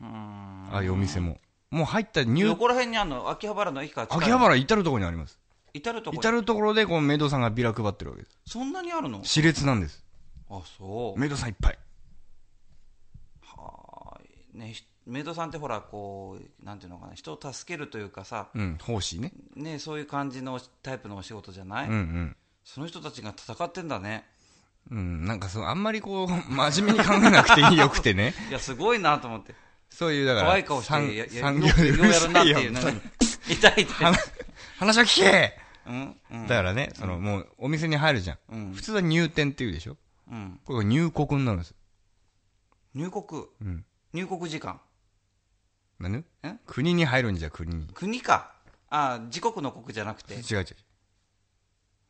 A: うーん
B: ああいうお店も。もう入ったニュ
A: ど
B: ー、
A: こら辺にあるの秋葉原の駅から近い
B: 秋葉原至るところにあります。
A: 至るとこ
B: 至るところで、このメイドさんがビラ配ってるわけです。
A: そんなにあるの
B: 熾烈なんです。
A: あそう
B: メイドさんいっぱい。
A: はーいねひメイドさんってほらこうなんていうのかな人を助けるというかさ
B: うん、奉仕ね。
A: ねそういう感じのタイプのお仕事じゃない、
B: うんうん。
A: その人たちが戦ってんだね
B: うん、なんかそう、あんまりこう、 真面目に考えなくていいよくてね。
A: いやすごいなと思って
B: そういう、だから、
A: 可愛い顔して
B: 産
A: やや
B: 産業
A: よ
B: で
A: うようやるなっていう
B: る
A: ね
B: さいよ
A: 痛いって
B: 話話は聞け
A: うんうん
B: だからね、その、もう、お店に入るじゃ。
A: うんん
B: 普通は入店って言うでしょ
A: うん
B: これが入国になるんです。
A: 入国
B: うん。
A: 入国時間
B: 何
A: え
B: 国に入るんじゃ、国に。
A: 国かあ自国の国じゃなくて
B: 違う違う。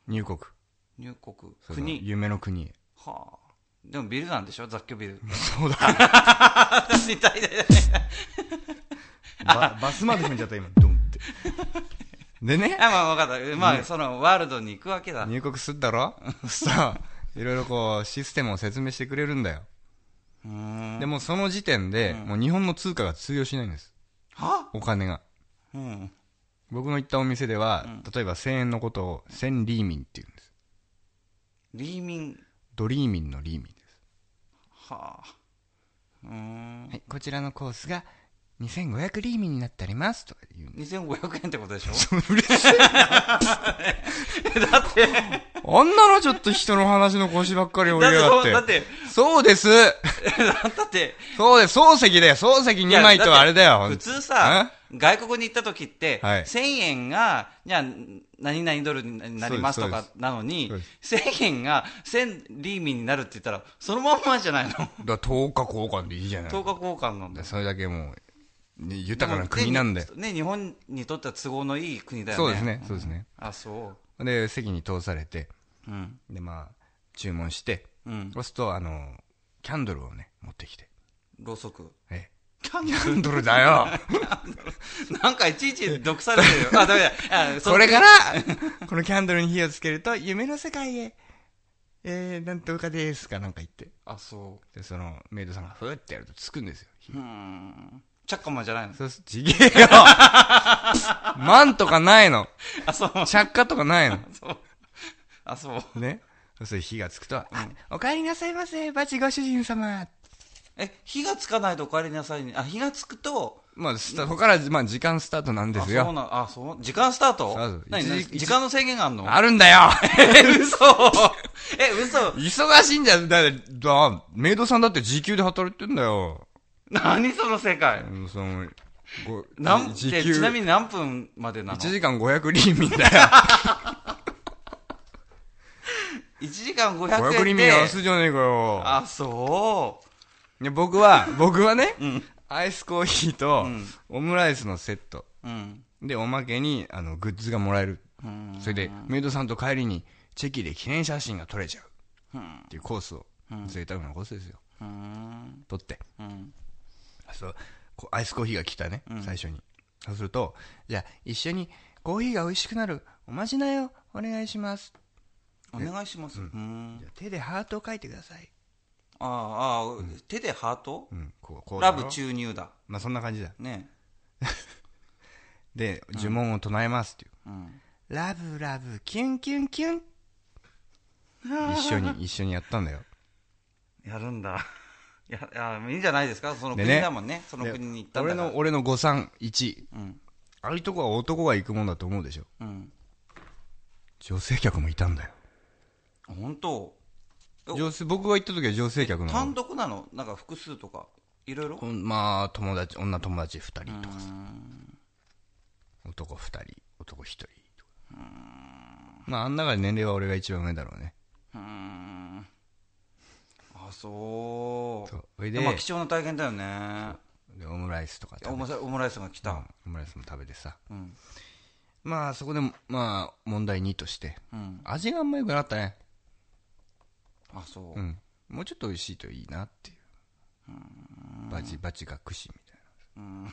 B: 入国。
A: 入国
B: その
A: 国
B: 夢の国へ。
A: はあでもビルなんでしょ雑居ビル
B: そうだ。
A: 痛い痛い痛 い
B: ババスまで踏んじゃった、今。ドンって。でね。
A: あまあ分かったまあそのワールドに行くわけだ
B: 入国するだろさあ、いろいろこう、システムを説明してくれるんだよ。
A: うーん
B: でもその時点で、もう日本の通貨が通用しないんです。
A: は
B: お金が。
A: うん
B: 僕の行ったお店では、例えば1000円のことを1000リーミンって言うんです。
A: リーミン
B: ドリーミンのリーミンです。
A: はあうーん
B: はい、こちらのコースが2500リーミンになっております。とか言うんで
A: 2500円ってことで しょ
B: す。嬉しいなだって。あんなのちょっと人の話の腰ばっかり折りやがって。
A: だって
B: そうです。
A: だって
B: そうです。漱石だよ。漱石2枚とあれだよ。
A: 普通さ外国に行った時って、
B: はい
A: 1000円がじゃあ何々ドルになります
B: そう
A: と
B: です
A: かなのに
B: そうで
A: 1000
B: す
A: 円が1000リーミンになるって言ったらそのまんまじゃないの
B: だから10日交換でいいじゃない
A: 10日交換なんだよ
B: それだけもう、ね豊かな国なんで、
A: もうね日本にとっては都合のいい国だよね
B: そうですねそうですね
A: あそ
B: で席に通されて
A: ううん
B: でまあ注文して、
A: うん
B: そうするとあのキャンドルをね持ってきて
A: ろうそく
B: ええ
A: ャン
B: キャンドルだよ。
A: なんかいちいち毒されて るよ。あ、ダメだ。あそ
B: これから、このキャンドルに火をつけると、夢の世界へ、えー、なんとかですかなんか言って。
A: あ、そ
B: で、その、メイドさんが、ふーってやるとつくんですよ。火
A: う。うーん。チャッカマンじゃないの
B: そうす、ちげえ よマンとかないの。
A: あ、そう。
B: 着火と かないの。
A: そう。あ、そう。
B: ね。そういう火がつくと、あお帰りなさいませ、バチご主人様。
A: え、火がつかないとお帰りなさいに。あ、火がつくと、
B: まあ、スタここから、まあ、時間スタートなんです
A: あ、そう
B: よ。
A: な、あ、そう。時間スタート
B: そうそう
A: 何
B: 一時
A: 何時間の制限があんの
B: あるんだよ
A: え、嘘え、嘘
B: 忙しいんだよ。だ、だ、メイドさんだって時給で働いてんだよ。
A: 何その世界
B: うんその、ご、
A: なん
B: じ
A: でちなみに何分までなの
B: 1
A: 1,
B: 時間500リーミン だよ。
A: 時間500
B: 500
A: 円
B: リーミン
A: で
B: 安いじゃねえかよ。
A: あそう
B: いや僕は、僕はね、
A: ん
B: アイスコーヒーと、オムライスのセット。
A: うん
B: で、おまけに、あの、グッズがもらえる。それで、メイドさんと帰りに、チェキで記念写真が撮れちゃう。
A: うん
B: っていうコースを、贅沢なコースですよ。
A: うん
B: 撮って。
A: うん
B: そう、こうアイスコーヒーが来たね、最初に。そうすると、じゃあ、一緒にコーヒーが美味しくなるおまじないをお願いします。
A: お願いします、うん
B: じゃあ手でハートを書いてください。
A: ああああ、手でハート
B: うん、こう、こうだ
A: ラ
B: ろ
A: ブ注入だ
B: まあ、そんな感じだ。
A: ね
B: で、呪文を唱えますっていう。
A: うん
B: ラブラブ、キュンキュンキュン。 一緒に、一緒にやったんだよ。
A: やるんだ いやいやいいんじゃないですかその
B: で
A: 国
B: ね
A: だもんねその
B: で
A: 国に行ったん
B: 俺
A: だから
B: の、俺の五三一。
A: うん
B: ああいうとこは男が行くもんだと思うでしょ。
A: うん
B: 女性客もいたんだよ。
A: 本当お
B: 女性、僕が行った時は女性客の。
A: 単独なのなんか複数とかいろいろ
B: うんまあ、友達、女友達二人とかさ。男二人、男一人とか。まあ、あん中で年齢は俺が一番上だろうね。
A: うーんあそう
B: そうそれで
A: でまあ貴重な体験だよね
B: で、オムライスとか食べ
A: オムライオムライスが来た
B: オムライスも食べてさ。
A: うん
B: まあ、そこで、まあ、問題2として。
A: うん
B: 味があんま良くなかったね。。
A: あそううん
B: もうちょっと美味しいといいなっていう。バチバチが串み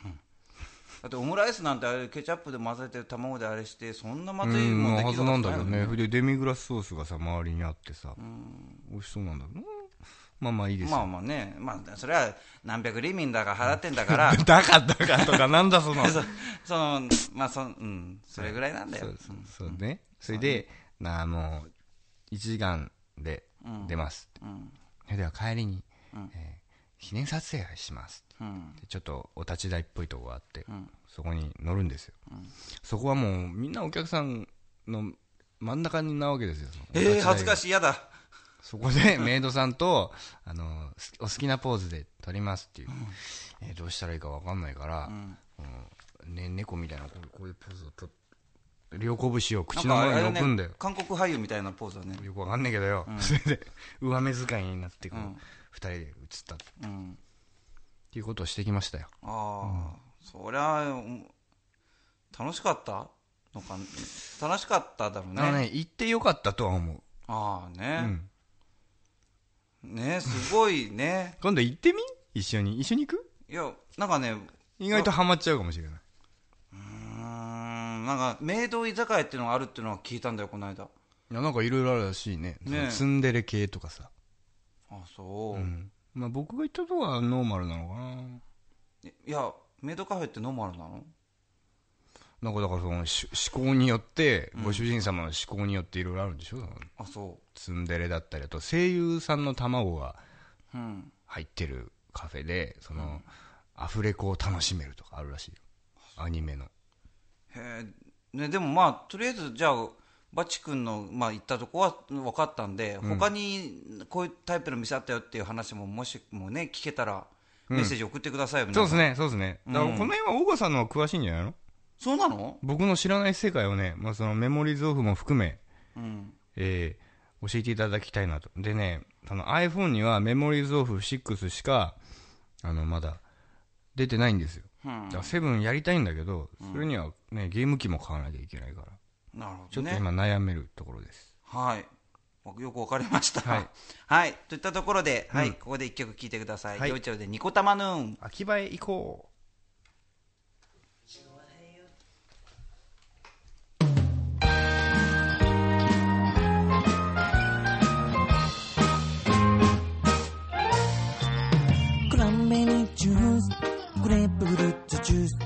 B: たい
A: だってオムライスなんてあれケチャップで混ぜて卵であれしてそんなま
B: な。
A: ずいもんで
B: う
A: き
B: ん、は
A: る
B: ずなんだけ
A: よ
B: どね。それでデミグラスソースがさ、周りにあってさ、美味しそうなんだけど、うんまあまあいいですよ
A: まあまあねまあそれは何百リミンだが払ってんだから
B: だかだかとかなんだその。
A: そ そのまあそ,、うん、それぐらいなんだよ
B: そうそうそうね。それで、なあもう、1時間で出ます。
A: うん
B: それでは帰りに、えー記念撮影をします。
A: うん
B: でちょっとお立ち台っぽいとこがあって、
A: ん
B: そこに乗るんですよ。そこはもう、みんなお客さんの真ん中になわけですよ。
A: えー、恥ずか
B: い。
A: しいやだ
B: そこでメイドさんと、あの、すお好きなポーズで撮りますっていう。えーどうしたらいいかわかんないから、このね、猫みたいなこうこういうポーズをとっ両拳を口の
A: なんかあれ
B: 前に
A: だ
B: 置くんだよ。
A: 韓国俳優みたいなポーズだね
B: よくわかんないけどよ。それで、上目遣いになって、こう、
A: うん
B: 二人で写ったっ
A: うん
B: ていうことをしてきましたよ。
A: ああ、そりゃうん楽しかったのか楽しかっただろう
B: あの
A: ね
B: ね、行ってよかったとは思う。
A: ああ
B: う
A: ね、
B: ん。
A: ねすごいね
B: 今度行ってみ一緒に。一緒に行く
A: いやなんかね
B: 意外とハマっちゃうかもしれない。
A: うーんなんかメイド居酒屋っていうのがあるっていうのは聞いたんだよこの間
B: いや、なんかいろいろあるらしいね。
A: ねえ
B: ツンデレ系とかさ。
A: あそう、
B: うん。まあ僕が行ったとこはノーマルなのかな。
A: いやメイドカフェってノーマルなの
B: なんかだからそのし思考によって、ご主人様の思考によっていろいろあるんでしょ、だから
A: あそ
B: ツンデレだったりあと声優さんの卵が
A: ううん
B: 入ってるカフェで、その、アフレコを楽しめるとかあるらしいよ。アニメの。
A: へえ、ね、でもまあとりあえずじゃあバチ君の、まあ、行ったとこは分かったんで、他にこういうタイプの店あったよっていう話ももしもね聞けたらメッセージ送ってくださいよ、皆
B: そう
A: さん
B: ですね、そうですね。だからこの辺は大川さんの方が詳しいんじゃないの
A: そうなの
B: 僕の知らない世界をね、まあ、そのメモリーオフも含め、
A: うん
B: えー教えていただきたいなと。でね、その iPhone にはメモリーズオフ6しか、あの、まだ出てないんですよ。
A: うん
B: だから7やりたいんだけど、それにはね、ゲーム機も買わなきゃいけないから、
A: なるほ
B: ちょ
A: ど
B: っと
A: ね
B: 今悩めるところです。
A: はいよくわかりま した。は
B: はいい。
A: といったところで、はい、
B: うん
A: ここで一曲聴いてください。
B: はい
A: よいちょでニコタマヌーン。
B: 秋葉へ行こう。
E: クランベリージュースグレープフルーツジュース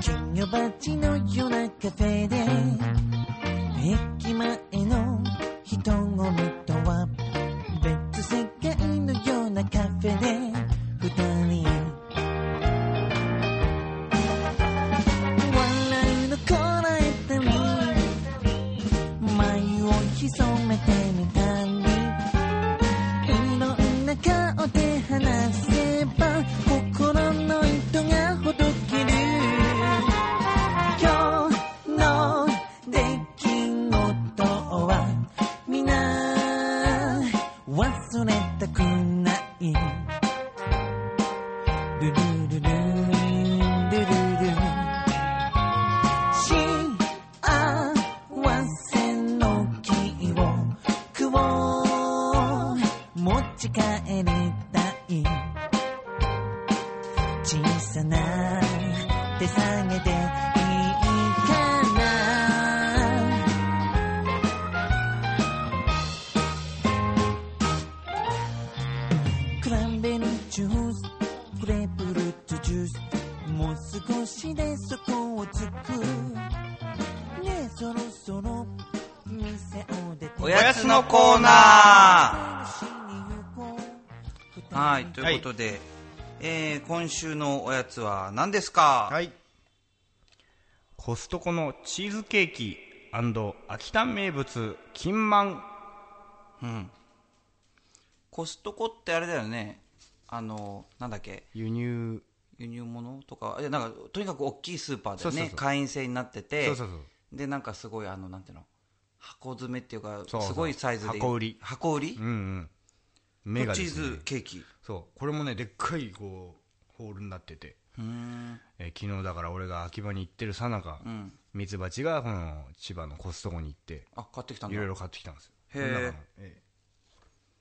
E: 金魚鉢のようなカフェで駅前の人混みとは別世界のようなカフェで二人笑いのこらえたり眉を潜めてみたりいろんな顔で話せば心の糸がほどける今日の出来事はみんな忘れたくないルルルルルルルル幸せの木を食おう持ち帰りたい小さな手下げでいいかなクランベリージュースグレープフルーツジュースもう少しでそこをつくねえそろそろ店を出て
A: おやつのコーナー
E: は
A: はい、ということで、えー今週のおやつは何ですか、
F: はい。コストコのチーズケーキ秋田名物、金満。
A: コストコってあれだよね。あの、なんだっけ
B: 輸入。
A: 輸入物とか、いやなんか、とにかく大きいスーパーでね、
B: そうそうそう
A: 会員制になってて、
B: そうそうそう。
A: で、なんかすごい、あの、なんていうの、箱詰めっていうか、
B: そうそう
A: すごいサイズで。
B: 箱売り
A: 箱売り、
B: うんうん。目が
A: チ
B: で
A: ー
B: すね
A: ズケーキ。
B: そう。これもね、でっかい、こう、ホールになってて。
A: うん。
B: えー昨日だから俺が秋葉に行ってるさなか、ミツバチがこの千葉のコストコに行って、
A: あ、買ってきたんだ。
B: いろいろ買ってきたんですよ。
A: へー
B: その中のええ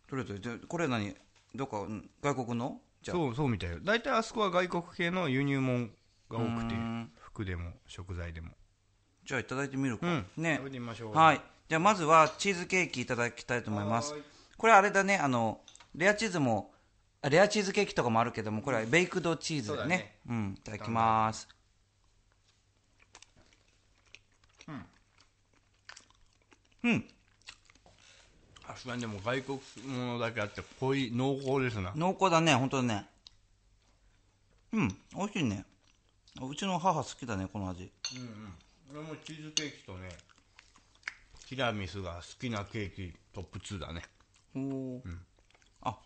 A: とりあえず、じゃこれ何どっか、うん外国のじゃあ
B: そうそうみたいよ大体あそこは外国系の輸入物が多くて
A: うん
B: 服でも食材でも
A: じゃあいただいてみるか、
B: うん
A: ね
B: 食べてみましょう
A: はいじゃあまずはチーズケーキいただきたいと思いますこれあれだねあのレアチーズもあレアチーズケーキとかもあるけどもこれはベイクドチーズだね
B: そうだね
A: うんいただきます
B: あすがにでも外国物だけあって濃い濃厚ですな
A: 濃厚だね本当だねうん美味しいねうちの母好きだねこの味
B: 俺もチーズケーキとねティラミスが好きなケーキトップ2だね
A: おお、あ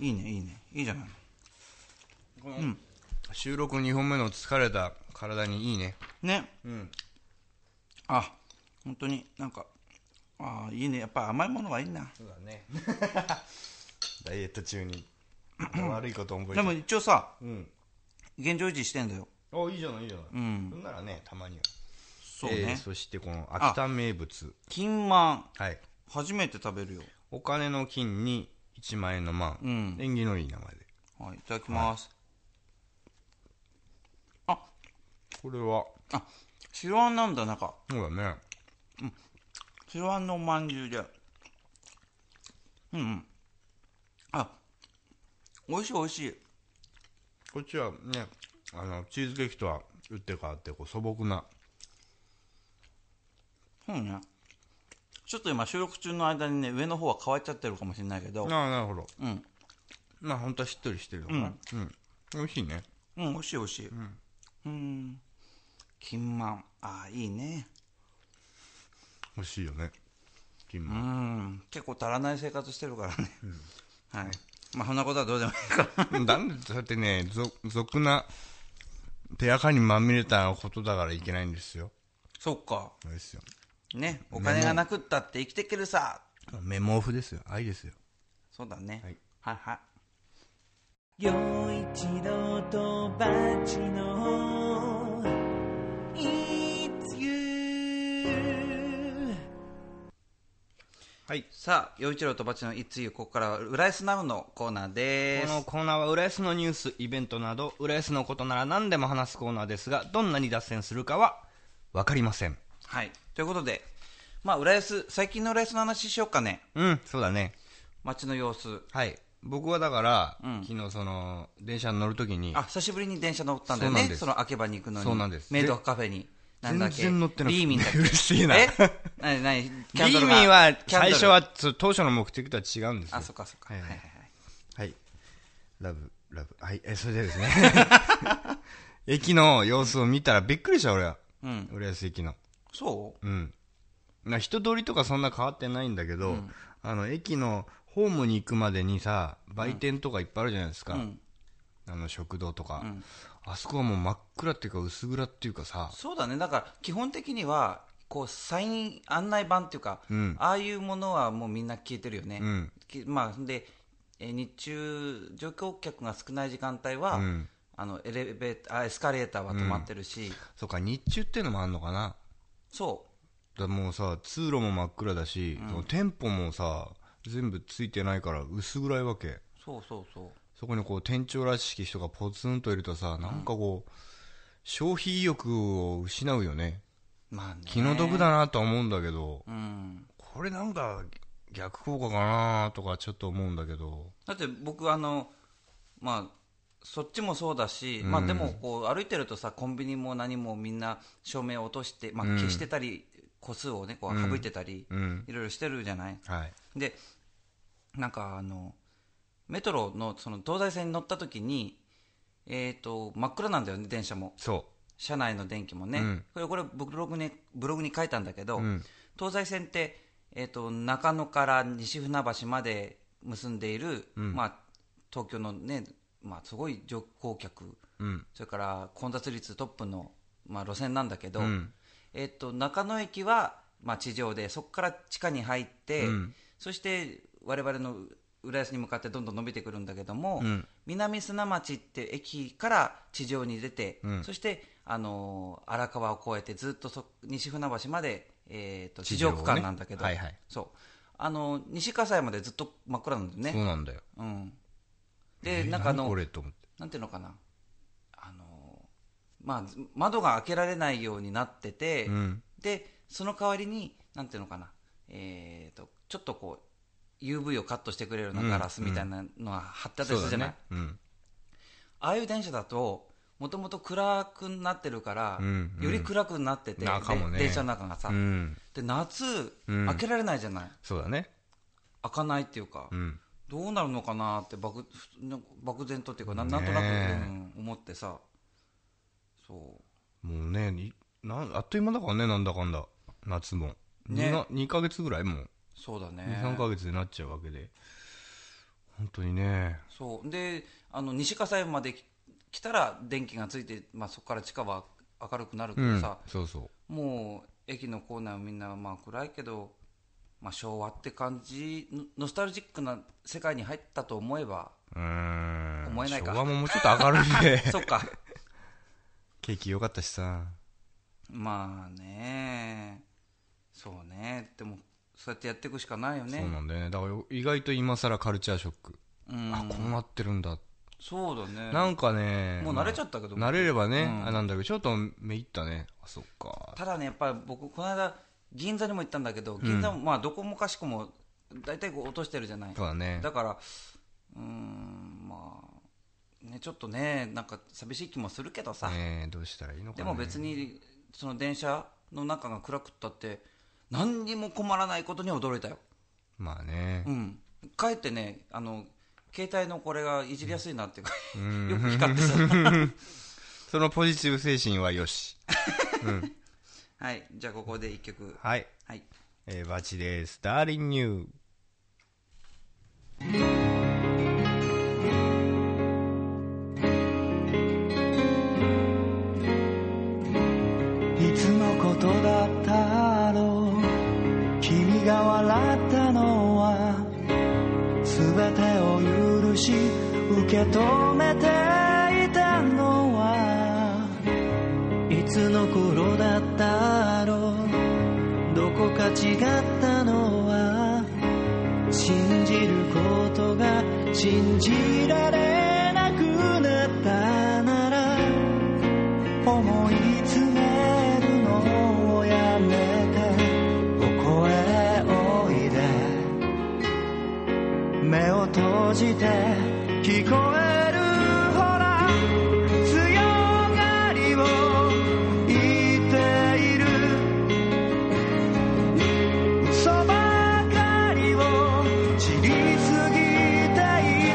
A: いいねいいねいいじゃない
B: 収録2本目の疲れた体にいいね
A: ね
B: うん
A: あ本当になんかあーいいねやっぱ甘いものはいいな
B: そうだね ダイエット中に悪いこと覚え
A: でも一応さ
B: うん
A: 現状維持してんだよ
B: あいいじゃないいいじゃないうんそんならねたまには
A: そうね、
B: えーそしてこの秋田名物
A: 金満
B: はい
A: 初めて食べるよ
B: お金の金に1万円の万、
A: ん
B: 縁起のいい名前で
A: はいいただきます、
B: これは
A: あ白あんなんだ中
B: そうだね
A: 白あんのおまんじゅうでうんうんあ美味しい美味しい
B: こっちはねあのチーズケーキとは打って変わってこう素朴な
A: そうねちょっと今収録中の間にね上の方は乾いちゃってるかもしれないけど
B: ああなるほど
A: うん
B: まあ本当はしっとりしてるのかなうん、美味しいね
A: うん美味しい美味しいうんん金満ああいいね
B: 美味しいよね金
A: う
B: も
A: ん結構足らない生活してるからね、はいまあそんなことはどうでもいいから
B: なんでそうやってねぞ俗な手垢にまみれたことだからいけないんですよ
A: そっか
B: あれですよ
A: ね、お金がなくったって生きていけるさ。
B: メモオフですよ愛ですよ
A: そうだね。は
B: はいい、
A: はい、
E: 陽一郎とバチの It's you
G: はい。
A: さあ、陽一郎とバチのいつゆ、ここからは、浦安ナウのコーナーで
G: この
A: す。
G: コーナーは浦安のニュース、イベントなど、浦安のことなら何でも話すコーナーですが、どんなに脱線するかは分かりません。
A: はい。ということで、まあ、浦安、最近の浦安の話しようかね。
G: うん、そうだね。
A: 街の様子。
B: はい。僕はだから、
A: うん
B: 昨日その、電車に乗るときに
A: あ、、久しぶりに電車乗ったんだよね。
B: そうなん
A: そ
B: です
A: の、秋葉に行くのに。
B: そうなんです
A: メイドカフェに。なんだっけ
B: 全然乗ってない
A: ビーミンだっけ
B: うるせえな
A: えなになにキ
B: ビ
A: ャンド
B: ー
A: ル
B: ミ
A: が
B: ンは、
A: キャンド
B: 最
A: ル
B: 初は、そう当初の目的とは違うんですよ
A: あ、そっかそっか。はい
B: は
A: いは
B: は
A: いい
B: はい
A: はい。
B: はい。ラブ、ラブ。はい。え、それでです ね。駅の様子を見たらびっくりした、俺は。
A: うん。
B: 浦安駅の。
A: そう
B: うん。な人通りとかそんな変わってないんだけど、あの、駅のホームに行くまでにさ、売店とかいっぱいあるじゃないですか。
A: うん。
B: あの、食堂とか、
A: ん
B: あそこはもう真っ暗っていうか薄暗っていうかさ、
A: そうだね。だから、基本的には、こう、サイン案内板っていうか、
B: うん
A: ああいうものはもうみんな消えてるよね。
B: うん
A: きまあ、で、えー日中、乗客客が少ない時間帯は、
B: うん
A: あのエレベーターあエスカレーターは止まってるし、
B: そうか、日中っていうのもあんのかな。
A: そ
B: だもうさ、通路も真っ暗だし、その店舗もさ、全部ついてないから薄暗いわけ。
A: うそうそうそう
B: そこにこう店長らしき人がポツンといるとさ、なんかこう、消費意欲を失うよね。
A: まあね
B: 気の毒だなとは思うんだけど、
A: うん
B: これなんか逆効果かなとかちょっと思うんだけど、
A: だって僕あのまあそっちもそうだし、まあでもこう歩いてるとさコンビニも何もみんな照明を落として、まあ、消してたり、個数をねこう省いてたり、
B: うん
A: いろいろしてるじゃない
B: はい。
A: でなんかあのメトロのその東西線に乗った時にえっ、と真っ暗なんだよね電車も
B: そ
A: 車内の電気もね、
B: うん
A: これこれブログにブログに書いたんだけど、
B: ん
A: 東西線って、えー、と中野から西船橋まで結んでいる、まあ、東京のね、まあ、すごい乗降客、
B: う。うん。
A: それから混雑率トップの、まあ、路線なんだけど、
B: うん
A: えー、と中野駅は、まあ、地上でそこから地下に入って、そして我々の浦安に向かってどんどん伸びてくるんだけども、
B: ん
A: 南砂町って駅から地上に出て、
B: ん
A: そして、あのー荒川を越えてずっとそ西船橋まで、えー、と地上区間なんだけど、
B: 地上をねはいはい
A: そうあのー西葛西までずっと真っ暗なんだよ
B: そう
A: ね。
B: なんだよ。
A: うん、
B: え
A: で、
B: ー
A: なんかあの
B: 何これと思って。
A: なんていうのかな、あのまあ、ず窓が開けられないようになってて、
B: ん
A: でその代わりに、なんていうのかな、えー、とちょっとこう、UV をカットしてくれるようなガラスみたいなのが貼ってあったりするじゃない、
B: うん。
A: ああいう電車だと、もともと暗くなってるから、
B: うんうん
A: より暗くなってて、
B: 中もね
A: で電車の中がさ、
B: うん。
A: で夏、
B: うん
A: 開けられないじゃない、
B: そうだね。
A: 開かないっていうか。
B: うん。
A: どうなるのかなって漠なんか漠然とっていうかななんとなく、
B: ねえ
A: うん思ってさそう
B: もうね、いなんあっという間だからね、なんだかんだ。夏も。
A: ね
B: ね、2ヶ月ぐらいもう。
A: そうだね
B: 2、3ヶ月でなっちゃうわけで。本当にね。
A: そうであの西葛西まで来来たら電気がついて、まあ、そこから地下は明るくなるけ
B: う
A: ど
B: ん
A: さ。、
B: そうそう。
A: もう駅の構内はみんなまあ暗いけど、まあ、昭和って感じノノスタルジックな世界に入ったと思え ば
B: うーん
A: 思えないか
B: 昭和ももうちょっと明るいで
A: そっか
B: 景気良かったしさ
A: まあねそうねでもそうやってやっていくしかないよね
B: そうなんだよねだから意外と今更カルチャーショック、
A: うん
B: あこうなってるんだ、
A: そうだね
B: なんかね
A: もう慣れちゃったけど
B: まあ慣れればね、
A: うん
B: あなんだけどちょっとめいったねあそっか
A: ただね、やっぱり僕、この間、銀座にも行ったんだけど、銀座も、まあ、どこもかしこも、大体こう落としてるじゃない。
B: そうだね
A: だから、うーん、まあ、ね、ちょっとね、なんか寂しい気もするけどさ、
B: ねえどうしたらいいのか、
A: で
B: ね、
A: も別に、その電車の中が暗くったって、何にも困らないことには驚いたよ。
B: まあね
A: う、ん。かえってね、あの、携帯のこれがいじりやすいなっていうか、 よく光って た。
B: そのポジティブ精神はよし
A: はい、じゃあここで一曲。
B: はい、
A: はい。
B: えー、バチですダーリンニュー
D: いつのことだったろう君が笑ったのは全てを許し受け止めていたのはいつの頃だったろうどこか違ったのは信じることが信じられなくなったなら思い詰めるのをやめてお声おいで目を閉じて聞こえるほら強がりを言っている嘘ばかりを散りすぎている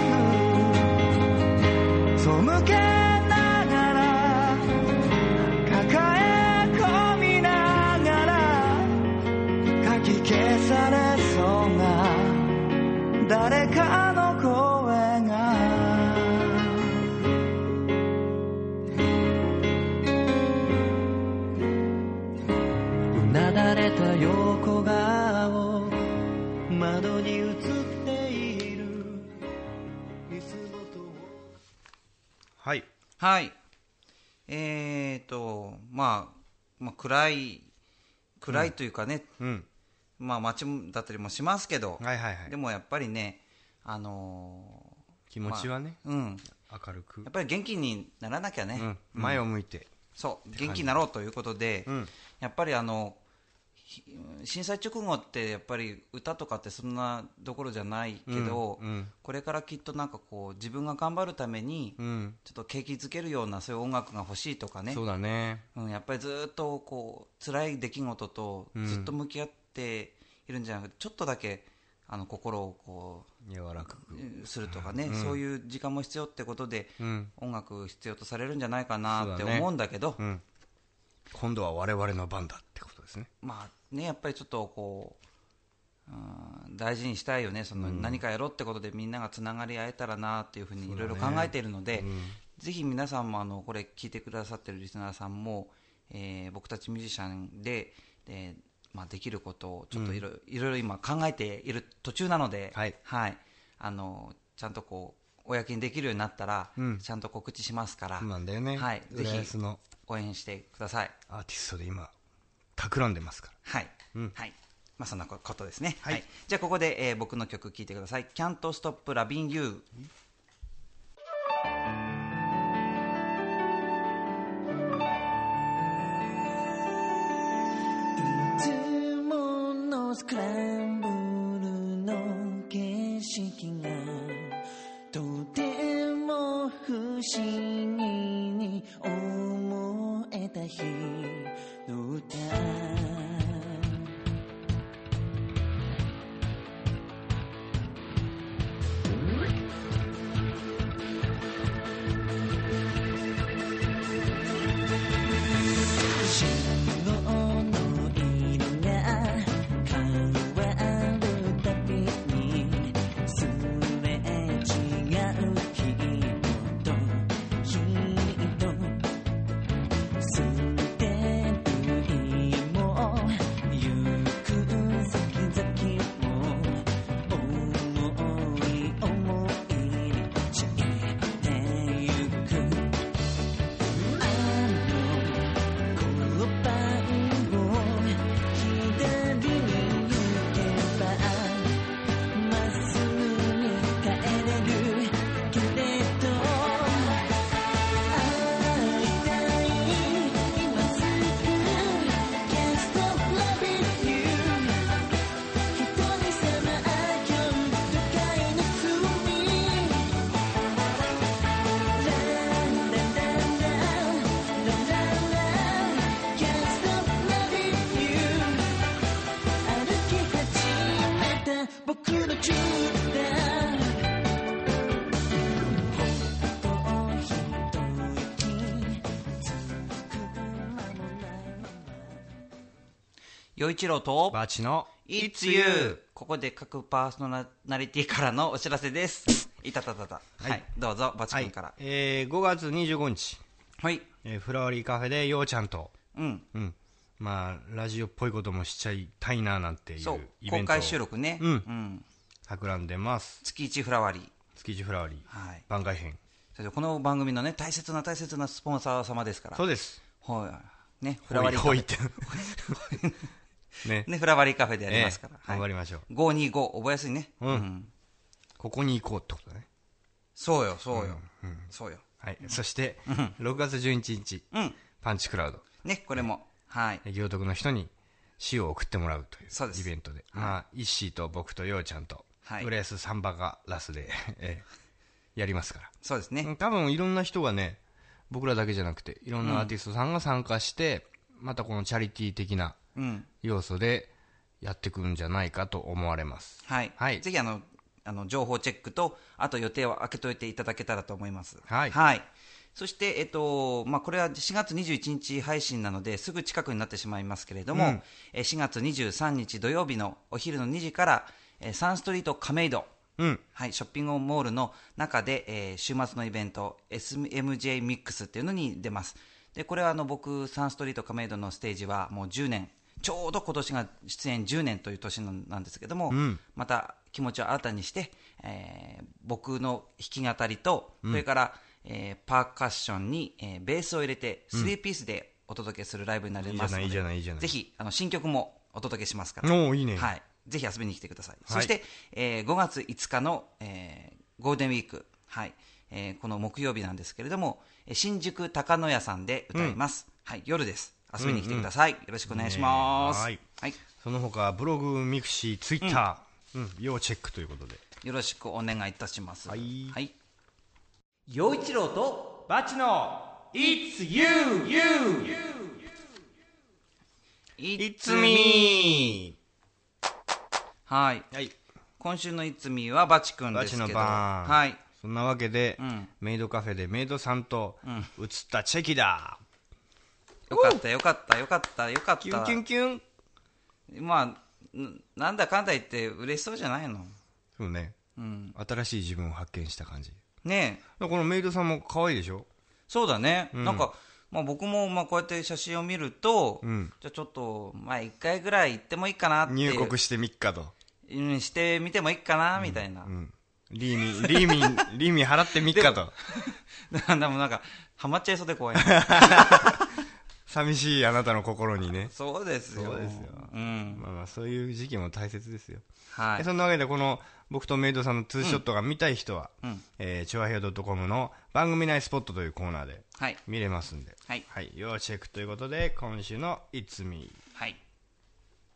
D: 背けながら抱え込みながらかき消されそうな誰かの声がうなだれた横顔窓に映っているいつもと
B: はい。
A: はい。えーと、まあ、まあ、暗い、暗いというかね、
B: うん。
A: まあ街だったりもしますけど、
B: はいはいはい
A: で。もやっぱりね、あの
B: 気持ちはね、
A: ーうん、
B: 明るく
A: やっ。ぱり元気にならなきゃね、
B: うん。前を向いて。
A: そう、元気になろうということで、
B: うん
A: やっぱりあの、ひ震災直後ってやっぱり歌とかってそんなどころじゃないけど、
B: うんうん
A: これからきっとなんかこう自分が頑張るために
B: うん。
A: ちょっと景気づけるようなそういう音楽が欲しいとかね
B: そうだね。
A: うん、やっぱりずーっとこう辛い出来事とずっと向き合っているんじゃなくて、ちょっとだけあの心をこ
B: 柔らかく
A: う。うんするとかね、そういう時間も必要ってことで、
B: うん。
A: 音楽必要とされるんじゃないかなって
B: そうだね
A: 思うんだけど
B: うん。今度は我々の番だってことですね。
A: まあねやっぱりちょっとこう、うん、大事にしたいよねその何かやろうってことでみんながつながり合えたらなっていうふうにいろいろ考えているので、ぜひ皆さんもあのこれ聞いてくださってるリスナーさんも、えー僕たちミュージシャンで、えーまあ、できることをちょっといろ,、いろいろ今考えている途中なので、
B: はい
A: あのちゃんとこう公にできるようになったら、ちゃんと告知しますから、
B: そうなんだよね。
A: はい、ぜ
B: 浦安
A: ひ
B: の
A: 応援してください。
B: アーティストで今、企んでますか
A: は
B: ら。
A: い。
B: ん
A: はい。まあ、そんなことですね。
B: はい
A: じゃあ、ここで、えー僕の曲聴いてください。Can't Stop Loving You。
E: いつものスクランブルの景色がとても不思議に思えた日の歌白の色が変わるたびにすれ違う日々と日々と捨てる家も行く先々も思い思いに散ってゆくあの「このパンを左に行けば」「まっすぐに帰れるけれど」「会いたい今すぐ Can't stop loving you」「ひとりさま今日都会の隅」La la la la la la la la Can't stop loving you 歩き始めた僕の絨毯ほっと一息つく間もないまま
A: 与一郎と、
B: バチの
A: It's You。ここで各パーソナリティからのお知らせです。いたたたた。はい。どうぞ、バチ
B: は
A: 君
B: い
A: から。。
B: えー、5月25日、
A: はい。
B: えーフラワーリーカフェでようちゃんと、
A: うん。
B: うん。まあ、ラジオっぽいこともしちゃいたいななんていう
A: そう。
B: イベン
A: 公
B: トを
A: 開収録ね。
B: うん
A: ん
B: 企んでます。
A: 月一フラワリー。
B: 築地フラワーリー、
A: はい。
B: 番外編。
A: それでこの番組のね、大切な大切なスポンサー様ですから。
B: そうです。
A: はい。ね、フ
B: フ
A: ラ
B: ラ
A: ワ
B: ワ
A: リ
B: リ
A: ー
B: ー
A: カフェ
B: って。 ね。
A: ね、フラワリーカフェでやりますから。
B: ええ頑張り
A: はい、
B: ましょう。
A: 525、覚えやすいね。
B: うんここに行こうってことね。
A: そうよ、そうよ。そうよ。
B: はい。そして、6月11日、
A: うん。
B: パンチクラウド。
A: ね、これも。はい。
B: 行徳の人に詩を送ってもらうとい
A: そうで
B: う
A: す
B: イベントで、まあ、イッシーと僕とヨウちゃんと、
A: はい
B: 浦安サンバがラスで、 ええやりますか
A: そうです
B: ら。
A: ね。
B: 多分いろんな人がね、僕らだけじゃなくて、いろんなアーティストさんが参加して、またこのチャリティー的な
A: うん。
B: 要素でやってくんじゃないかと思われます。
A: はい。
B: はい
A: ぜひ、あの、あの、情報チェックと、あと予定を開けといていただけたらと思います。
B: はい
A: そして、えっと、まあ、これは4月21日配信なので、すぐ近くになってしまいますけれども、
B: うん
A: え4月23日土曜日のお昼の2時から、えーサンストリート亀戸、
B: うん。
A: はい、ショッピングモールの中で、えー週末のイベント SMJ ミックスっていうのに出ますでこれはあの僕サンストリート亀戸のステージはもう10年ちょうど今年が出演10年という年なんなんですけども、また気持ちを新たにして、えー僕の弾き語りと、それから、えーパーカッションに、えーベースを入れて3ピースでお届けするライブになりますので、
B: いいじゃないいいじゃないいいじゃない
A: ぜひあの新曲もお届けしますから
B: おーいいね
A: はい、ぜひ遊びに来てください、そして、えー5月5日の、えーゴールデンウィーク、はいえーこの木曜日なんですけれどもえー新宿高野屋さんで歌います、はい、夜です遊びに来てください、よろしくお願いします、
B: ね
A: はい、
B: その他、ブログ、ミクシー、ツイッター、うん、要チェックということで。
A: よろしくお願いいたします、
B: はい
A: はい
H: 陽一郎と
I: バチの It's you, you!
A: い
B: me!
A: はい
B: はい。
A: 今週のいつみはバチ君ですけど
B: バチの番
A: はい
B: そんなわけで、
A: ん
B: メイドカフェでメイドさんと映ったチェキだ、
A: よかったよかったよかったよかった
B: キュンキュンキュン
A: まあんなんだかんだ言って嬉しそうじゃないの
B: そうね、
A: ん
B: 新しい自分を発見した感じ
A: ねえ
B: このメイドさんも可愛いでしょ
A: そうだね、なんか、まあ、僕もまあこうやって写真を見ると、
B: ん
A: じゃあちょっと、まあ、1回ぐらい行ってもいいかなって
B: 入国
A: し,、
B: して3日と
A: うん、してみてもいいかなみたいな、
B: リーミンリーミ ンリーミン払って3日と
A: でもなんか、ハマっちゃいそうで怖いな、
B: 寂しいあなたの心にね
A: そうですよ、
B: そうですよ
A: うん
B: まあまあそういう時期も大切ですよ、
A: はい
B: え、そんなわけでこの僕とメイドさんのツーショットが見たい人は、
A: うんうん
B: えー、チョアヘア .com の番組内スポットというコーナーで
A: はい、
B: 見れますんで、
A: はい
B: はい、要チェックということで今週の「いつみ
A: はい、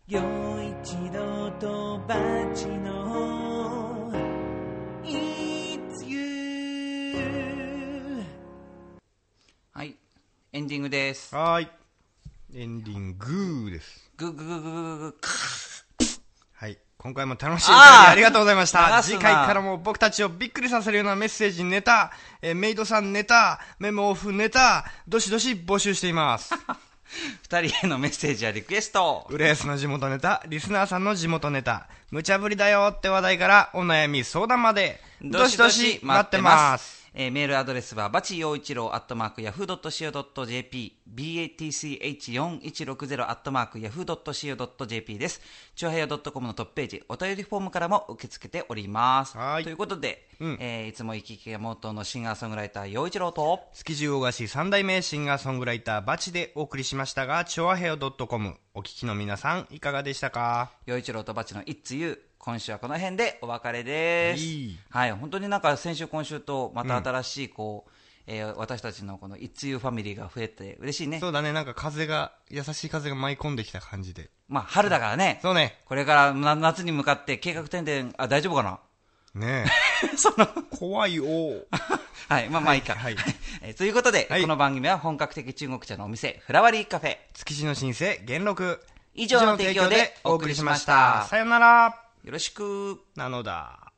D: 陽一郎とバチの It's you
A: はい、エンディングで」す、
B: はーいエンディングです
A: ぐぐぐぐぐぐく
B: はい今回も楽しい時間に
A: あー
B: ありがとうございました
A: 流すな
B: 次回からも僕たちをびっくりさせるようなメッセージネタ、えーメイドさんネタメモオフネタどしどし募集しています
A: 二人へのメッセージやリクエスト、
B: 浦安の地元ネタリスナーさんの地元ネタ無茶ぶりだよって話題からお悩み相談までどしどし待ってます。
A: えーメールアドレスは、バチ陽一郎アットマークヤフー .co.jp、batch4160 アットマークヤフー .co.jp です。チョアヘア .com のトップページ、お便りフォームからも受け付けております。
B: はい
A: ということで、
B: ん
A: えーいつも生き生きがモットーのシンガーソングライター陽一郎と、
B: 築地大菓子三代目シンガーソングライターバチでお送りしましたが、チョアヘオ .com お聞きの皆さんいかがでしたか
A: 陽一郎とバチの It's You、今週はこの辺でお別れです。
B: いい
A: はい、本当になんか先週今週とまた新しいこう、えー私たちのこの It's You ファミリーが増えて嬉しいね
B: そ。うだね、なんか風が、優しい風が舞い込んできた感じで。
A: まあ春だからね。
B: そうね。
A: これからな夏に向かって計画転々、あ、大丈夫かな
B: ね
A: その、
B: え。怖いよ。
A: はい、まあまあいいか。
B: はいはい
A: えーということで、
B: はい
A: この番組は本格的中国茶のお店、フラワリーカフェ。
B: 築地の新生、元禄。
A: 以上の提供でお送りしました
B: さよなら。
A: よろしく。
B: なのだ。